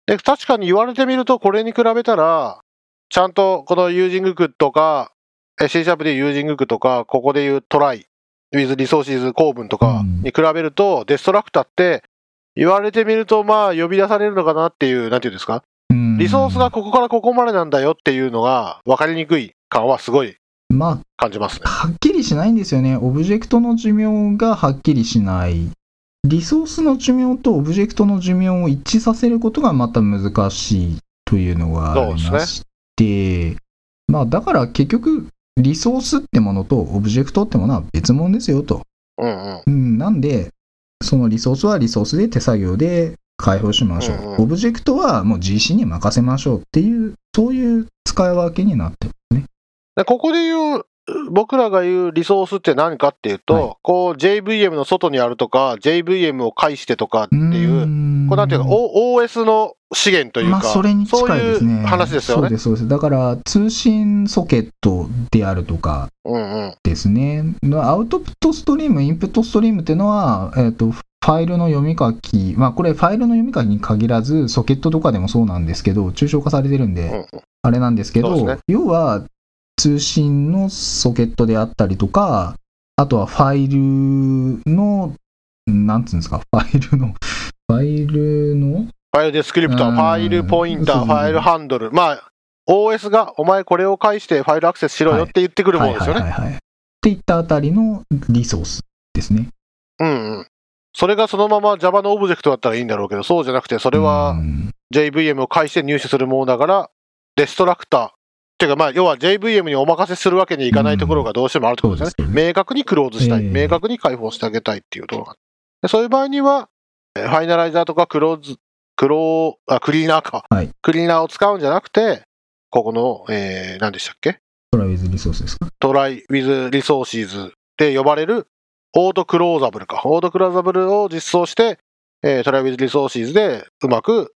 Speaker 2: で、確かに言われてみると、これに比べたら、ちゃんとこのユージング句とか、え C シャープでいうユージング句とか、ここでいうトライ、with リソーシーズ構文とか
Speaker 1: うん
Speaker 2: に比べると、デストラクターって、言われてみると、まあ、呼び出されるのかなっていう、なんていうんですか、
Speaker 1: うん
Speaker 2: リソースがここからここまでなんだよっていうのが、分かりにくい感はすごい
Speaker 1: まあ、
Speaker 2: 感じますね。
Speaker 1: はっきりしないんですよね。オブジェクトの寿命がはっきりしない。リソースの寿命とオブジェクトの寿命を一致させることがまた難しいというのがありまして、まあだから結局、リソースってものとオブジェクトってものは別物ですよと。
Speaker 2: うんうん。
Speaker 1: うん、なんで、そのリソースはリソースで手作業で開放しましょう。
Speaker 2: うんうん
Speaker 1: オブジェクトはもう GC に任せましょうっていう、そういう使い分けになってますね。
Speaker 2: でここで言う僕らが言うリソースって何かっていうと、
Speaker 1: は
Speaker 2: こう JVM の外にあるとか JVM を介してとかっていう、
Speaker 1: ん
Speaker 2: こうなんていうか、O- OS の資源というか、
Speaker 1: まあ、それに近いですね。
Speaker 2: そういう話ですよ
Speaker 1: そう
Speaker 2: ね
Speaker 1: で。す、そうです。だから、通信ソケットであるとか
Speaker 2: うんうん
Speaker 1: ですね、のアウトプットストリーム、インプットストリームっていうのは、えっ、と、フファイルの読み書き、まあこれファイルの読み書きに限らず、ソケットとかでもそうなんですけど、抽象化されてるんで、
Speaker 2: うんうん
Speaker 1: あれなんですけ
Speaker 2: そう
Speaker 1: ど、
Speaker 2: ですね
Speaker 1: 要は通信のソケットであったりとか、あとはファイルの、なんつうんですか、ファイルの、ファイルの、
Speaker 2: ファイルディスクリプター、
Speaker 1: うん
Speaker 2: ファイルポインタ
Speaker 1: そうそ
Speaker 2: ー、
Speaker 1: う
Speaker 2: ファイルハンドル。まあ、OS がお前これを介してファイルアクセスしろよって言ってくるも
Speaker 1: は
Speaker 2: の
Speaker 1: い
Speaker 2: です
Speaker 1: はい
Speaker 2: よ
Speaker 1: は
Speaker 2: ね。
Speaker 1: いはい。っていったあたりのリソースですね。
Speaker 2: うんうん。それがそのまま Java のオブジェクトだったらいいんだろうけど、そうじゃなくて、それ
Speaker 1: う
Speaker 2: は
Speaker 1: ん
Speaker 2: JVM を介して入手するものだから、デストラクター。っていうか、まあ、要は JVM にお任せするわけにいかないところがどうしてもあるってことですよね。
Speaker 1: うんそうです
Speaker 2: 明確にクローズしたい、
Speaker 1: ええ
Speaker 2: 明確に解放してあげたいっていうところがでそういう場合には、えーファイナライザーとかクローズ、クロー、あ、クリーナーか。
Speaker 1: はい
Speaker 2: クリーナーを使うんじゃなくて、ここの、えー、何でしたっけ
Speaker 1: トラウィズリソースですか。
Speaker 2: トライ・ウィズ・リソーシーズで呼ばれるオートクローザブルか。オートクローザブルを実装して、えートライ・ウィズ・リソーシーズでうまく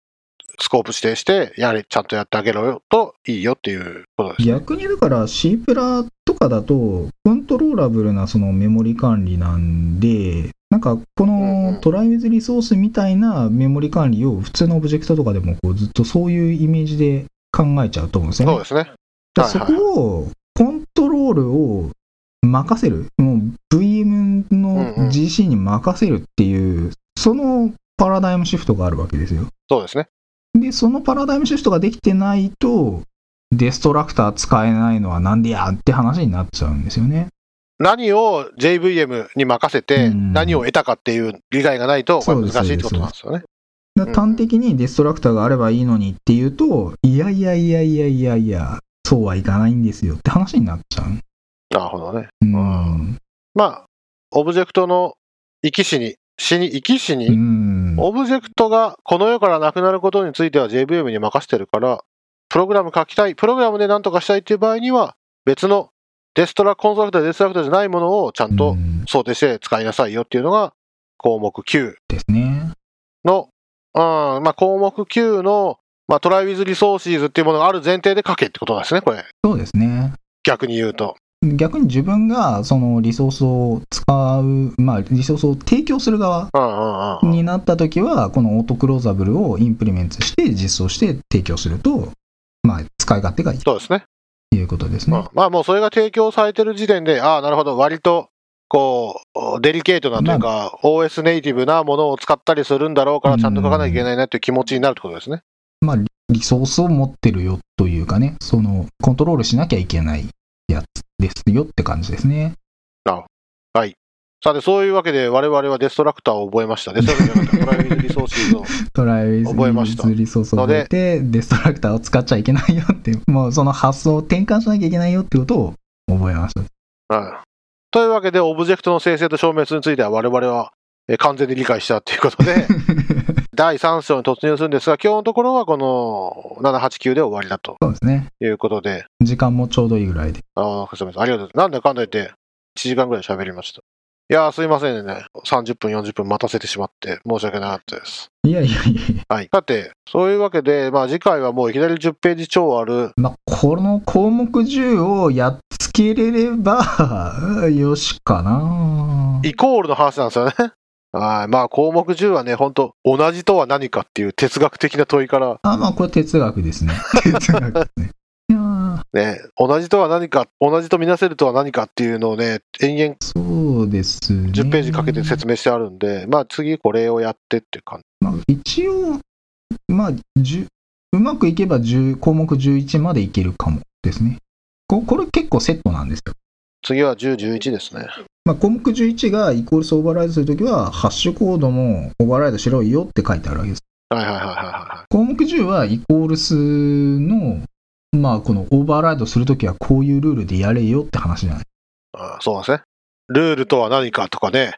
Speaker 2: スコープ指定して、やれ、ちゃんとやってあげろよといいよっていうことです。
Speaker 1: 逆にだから C プラとかだと、コントローラブルなそのメモリ管理なんで、なんかこ
Speaker 2: うんう
Speaker 1: の
Speaker 2: ん
Speaker 1: トライウィズリソースみたいなメモリ管理を普通のオブジェクトとかでもこうずっとそういうイメージで考えちゃうと思うんですよね。
Speaker 2: そうですね。
Speaker 1: だ
Speaker 2: はい
Speaker 1: そ
Speaker 2: はい
Speaker 1: こをコントロールを任せるもう VM
Speaker 2: うん
Speaker 1: の
Speaker 2: うん
Speaker 1: GC に任せるっていう、そのパラダイムシフトがあるわけですよ
Speaker 2: そうですね。
Speaker 1: でそのパラダイムシフトができてないとデストラクター使えないのはなんでやって話になっちゃうんですよね
Speaker 2: 何を JVM に任せて、
Speaker 1: うん
Speaker 2: 何を得たかっていう理解がないと、こ
Speaker 1: そ
Speaker 2: れ
Speaker 1: うです
Speaker 2: 難しいってことなんですよね。
Speaker 1: だ
Speaker 2: うん
Speaker 1: 端的にデストラクターがあればいいのにっていうといやいやいやいやいやいやそうはいかないんですよって話になっちゃう
Speaker 2: なるほどね。
Speaker 1: うん、
Speaker 2: まあ、オブジェクトの生き死に、死に、生き死に
Speaker 1: うん
Speaker 2: オブジェクトがこの世からなくなることについては JVM に任せてるから、プログラム書きたい、プログラムで何とかしたいっていう場合には、別のデストラ、コンストラクター、デストラクターじゃないものをちゃん
Speaker 1: う
Speaker 2: と
Speaker 1: ん
Speaker 2: 想定して使いなさいよっていうのが項目9
Speaker 1: ですね
Speaker 2: の、うんまあ、項目9の、まあ、トライウィズリソーシーズっていうものがある前提で書けってことなんですね、これ。
Speaker 1: そうですね
Speaker 2: 逆に言うと。
Speaker 1: 逆に自分がそのリソースを使う、まあ、リソースを提供する側
Speaker 2: うんうんうん。
Speaker 1: になった時はこのオートクローザブルをインプリメントして実装して提供すると、まあ、使い勝手がいい
Speaker 2: そうですね。
Speaker 1: ということです
Speaker 2: う
Speaker 1: ね
Speaker 2: ん。まあもうそれが提供されてる時点で、ああ、なるほど、割と、こう、デリケートなというか、OS ネイティブなものを使ったりするんだろうから、ちゃんと書かなきゃいけないなっていう気持ちになるってことですね。
Speaker 1: リソースを持ってるよというかねそのコントロールしなきゃいけないやつですよって感じですね。
Speaker 2: さて、そういうわけで、我々はデストラクターを覚えました。デストラクターじゃなくて、プライベートリソーシーズ を。
Speaker 1: トライウ
Speaker 2: 覚えま
Speaker 1: ィ
Speaker 2: した
Speaker 1: ズリソースを覚えてデストラクターを使っちゃいけないよってもうその発想を転換しなきゃいけないよってことを覚えました。
Speaker 2: はいというわけで、オブジェクトの生成と消滅については、我々はえー完全に理解したということ で、第3章に突入するんですが、今日のところはこの789で終わりだと
Speaker 1: そうですね
Speaker 2: いうことで、
Speaker 1: 時間もちょうどいいぐらいで
Speaker 2: ああ、すみません。ありがとうございます。なんだかんだ言って、1時間ぐらい喋りました。いやー、すいませんね。30分、40分待たせてしまって、申し訳なかったです。
Speaker 1: いやいやいやいや、
Speaker 2: はい。さて、そういうわけで、まあ次回はもういきなり10ページ超ある、
Speaker 1: まあ、この項目10をやっつけれれば よしかな。
Speaker 2: イコールの話なんですよね。 はい。まあ項目10はね、ほんと、同じとは何かっていう哲学的な問いから、
Speaker 1: あ、まあ、これ哲学です ね。哲学ですね。いやー
Speaker 2: ね、同じとは何か、同じとみなせるとは何かっていうのをね、延々
Speaker 1: そうですね。
Speaker 2: 10ページかけて説明してあるんで、まあ次これをやってっていう感じ。
Speaker 1: まあ、一応、まあ、10うまくいけば10項目11までいけるかもですね。ここれ結構セットなんですよ。
Speaker 2: 次は10、11ですね。
Speaker 1: まあ、項目11がイコールスオーバーライドするときは、ハッシュコードもオーバーライドしろよって書いてあるわけです
Speaker 2: はいはいはいはいはい。
Speaker 1: 項目10はイコールスの、まあ、このオーバーライドするときはこういうルールでやれよって話じゃない。
Speaker 2: あそうなんですね。ルールとは何かとかね、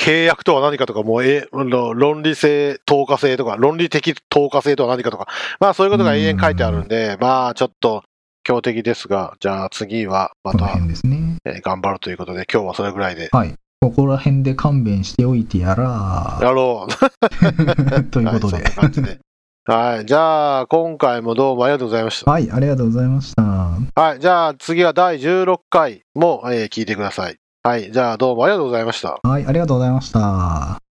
Speaker 2: 契約とは何かとか、もうえあの論理性、透過性とか、論理的透過性とは何かとか、まあそういうことが永遠書いてあるんで、まあちょっと強敵ですが、じゃあ次はま
Speaker 1: この
Speaker 2: た、
Speaker 1: 辺ですね。
Speaker 2: えー頑張るということで、今日はそれぐらいで。
Speaker 1: ここら辺で勘弁しておいてやら
Speaker 2: やろう
Speaker 1: ーということ
Speaker 2: はい、そん
Speaker 1: で
Speaker 2: な。感じで。はい。じゃあ、今回もどうもありがとうございました。
Speaker 1: はい、ありがとうございました。
Speaker 2: はい。じゃあ、次は第16回も、えー聞いてください。はい。じゃあ、どうもありがとうございました。
Speaker 1: はい、ありがとうございました。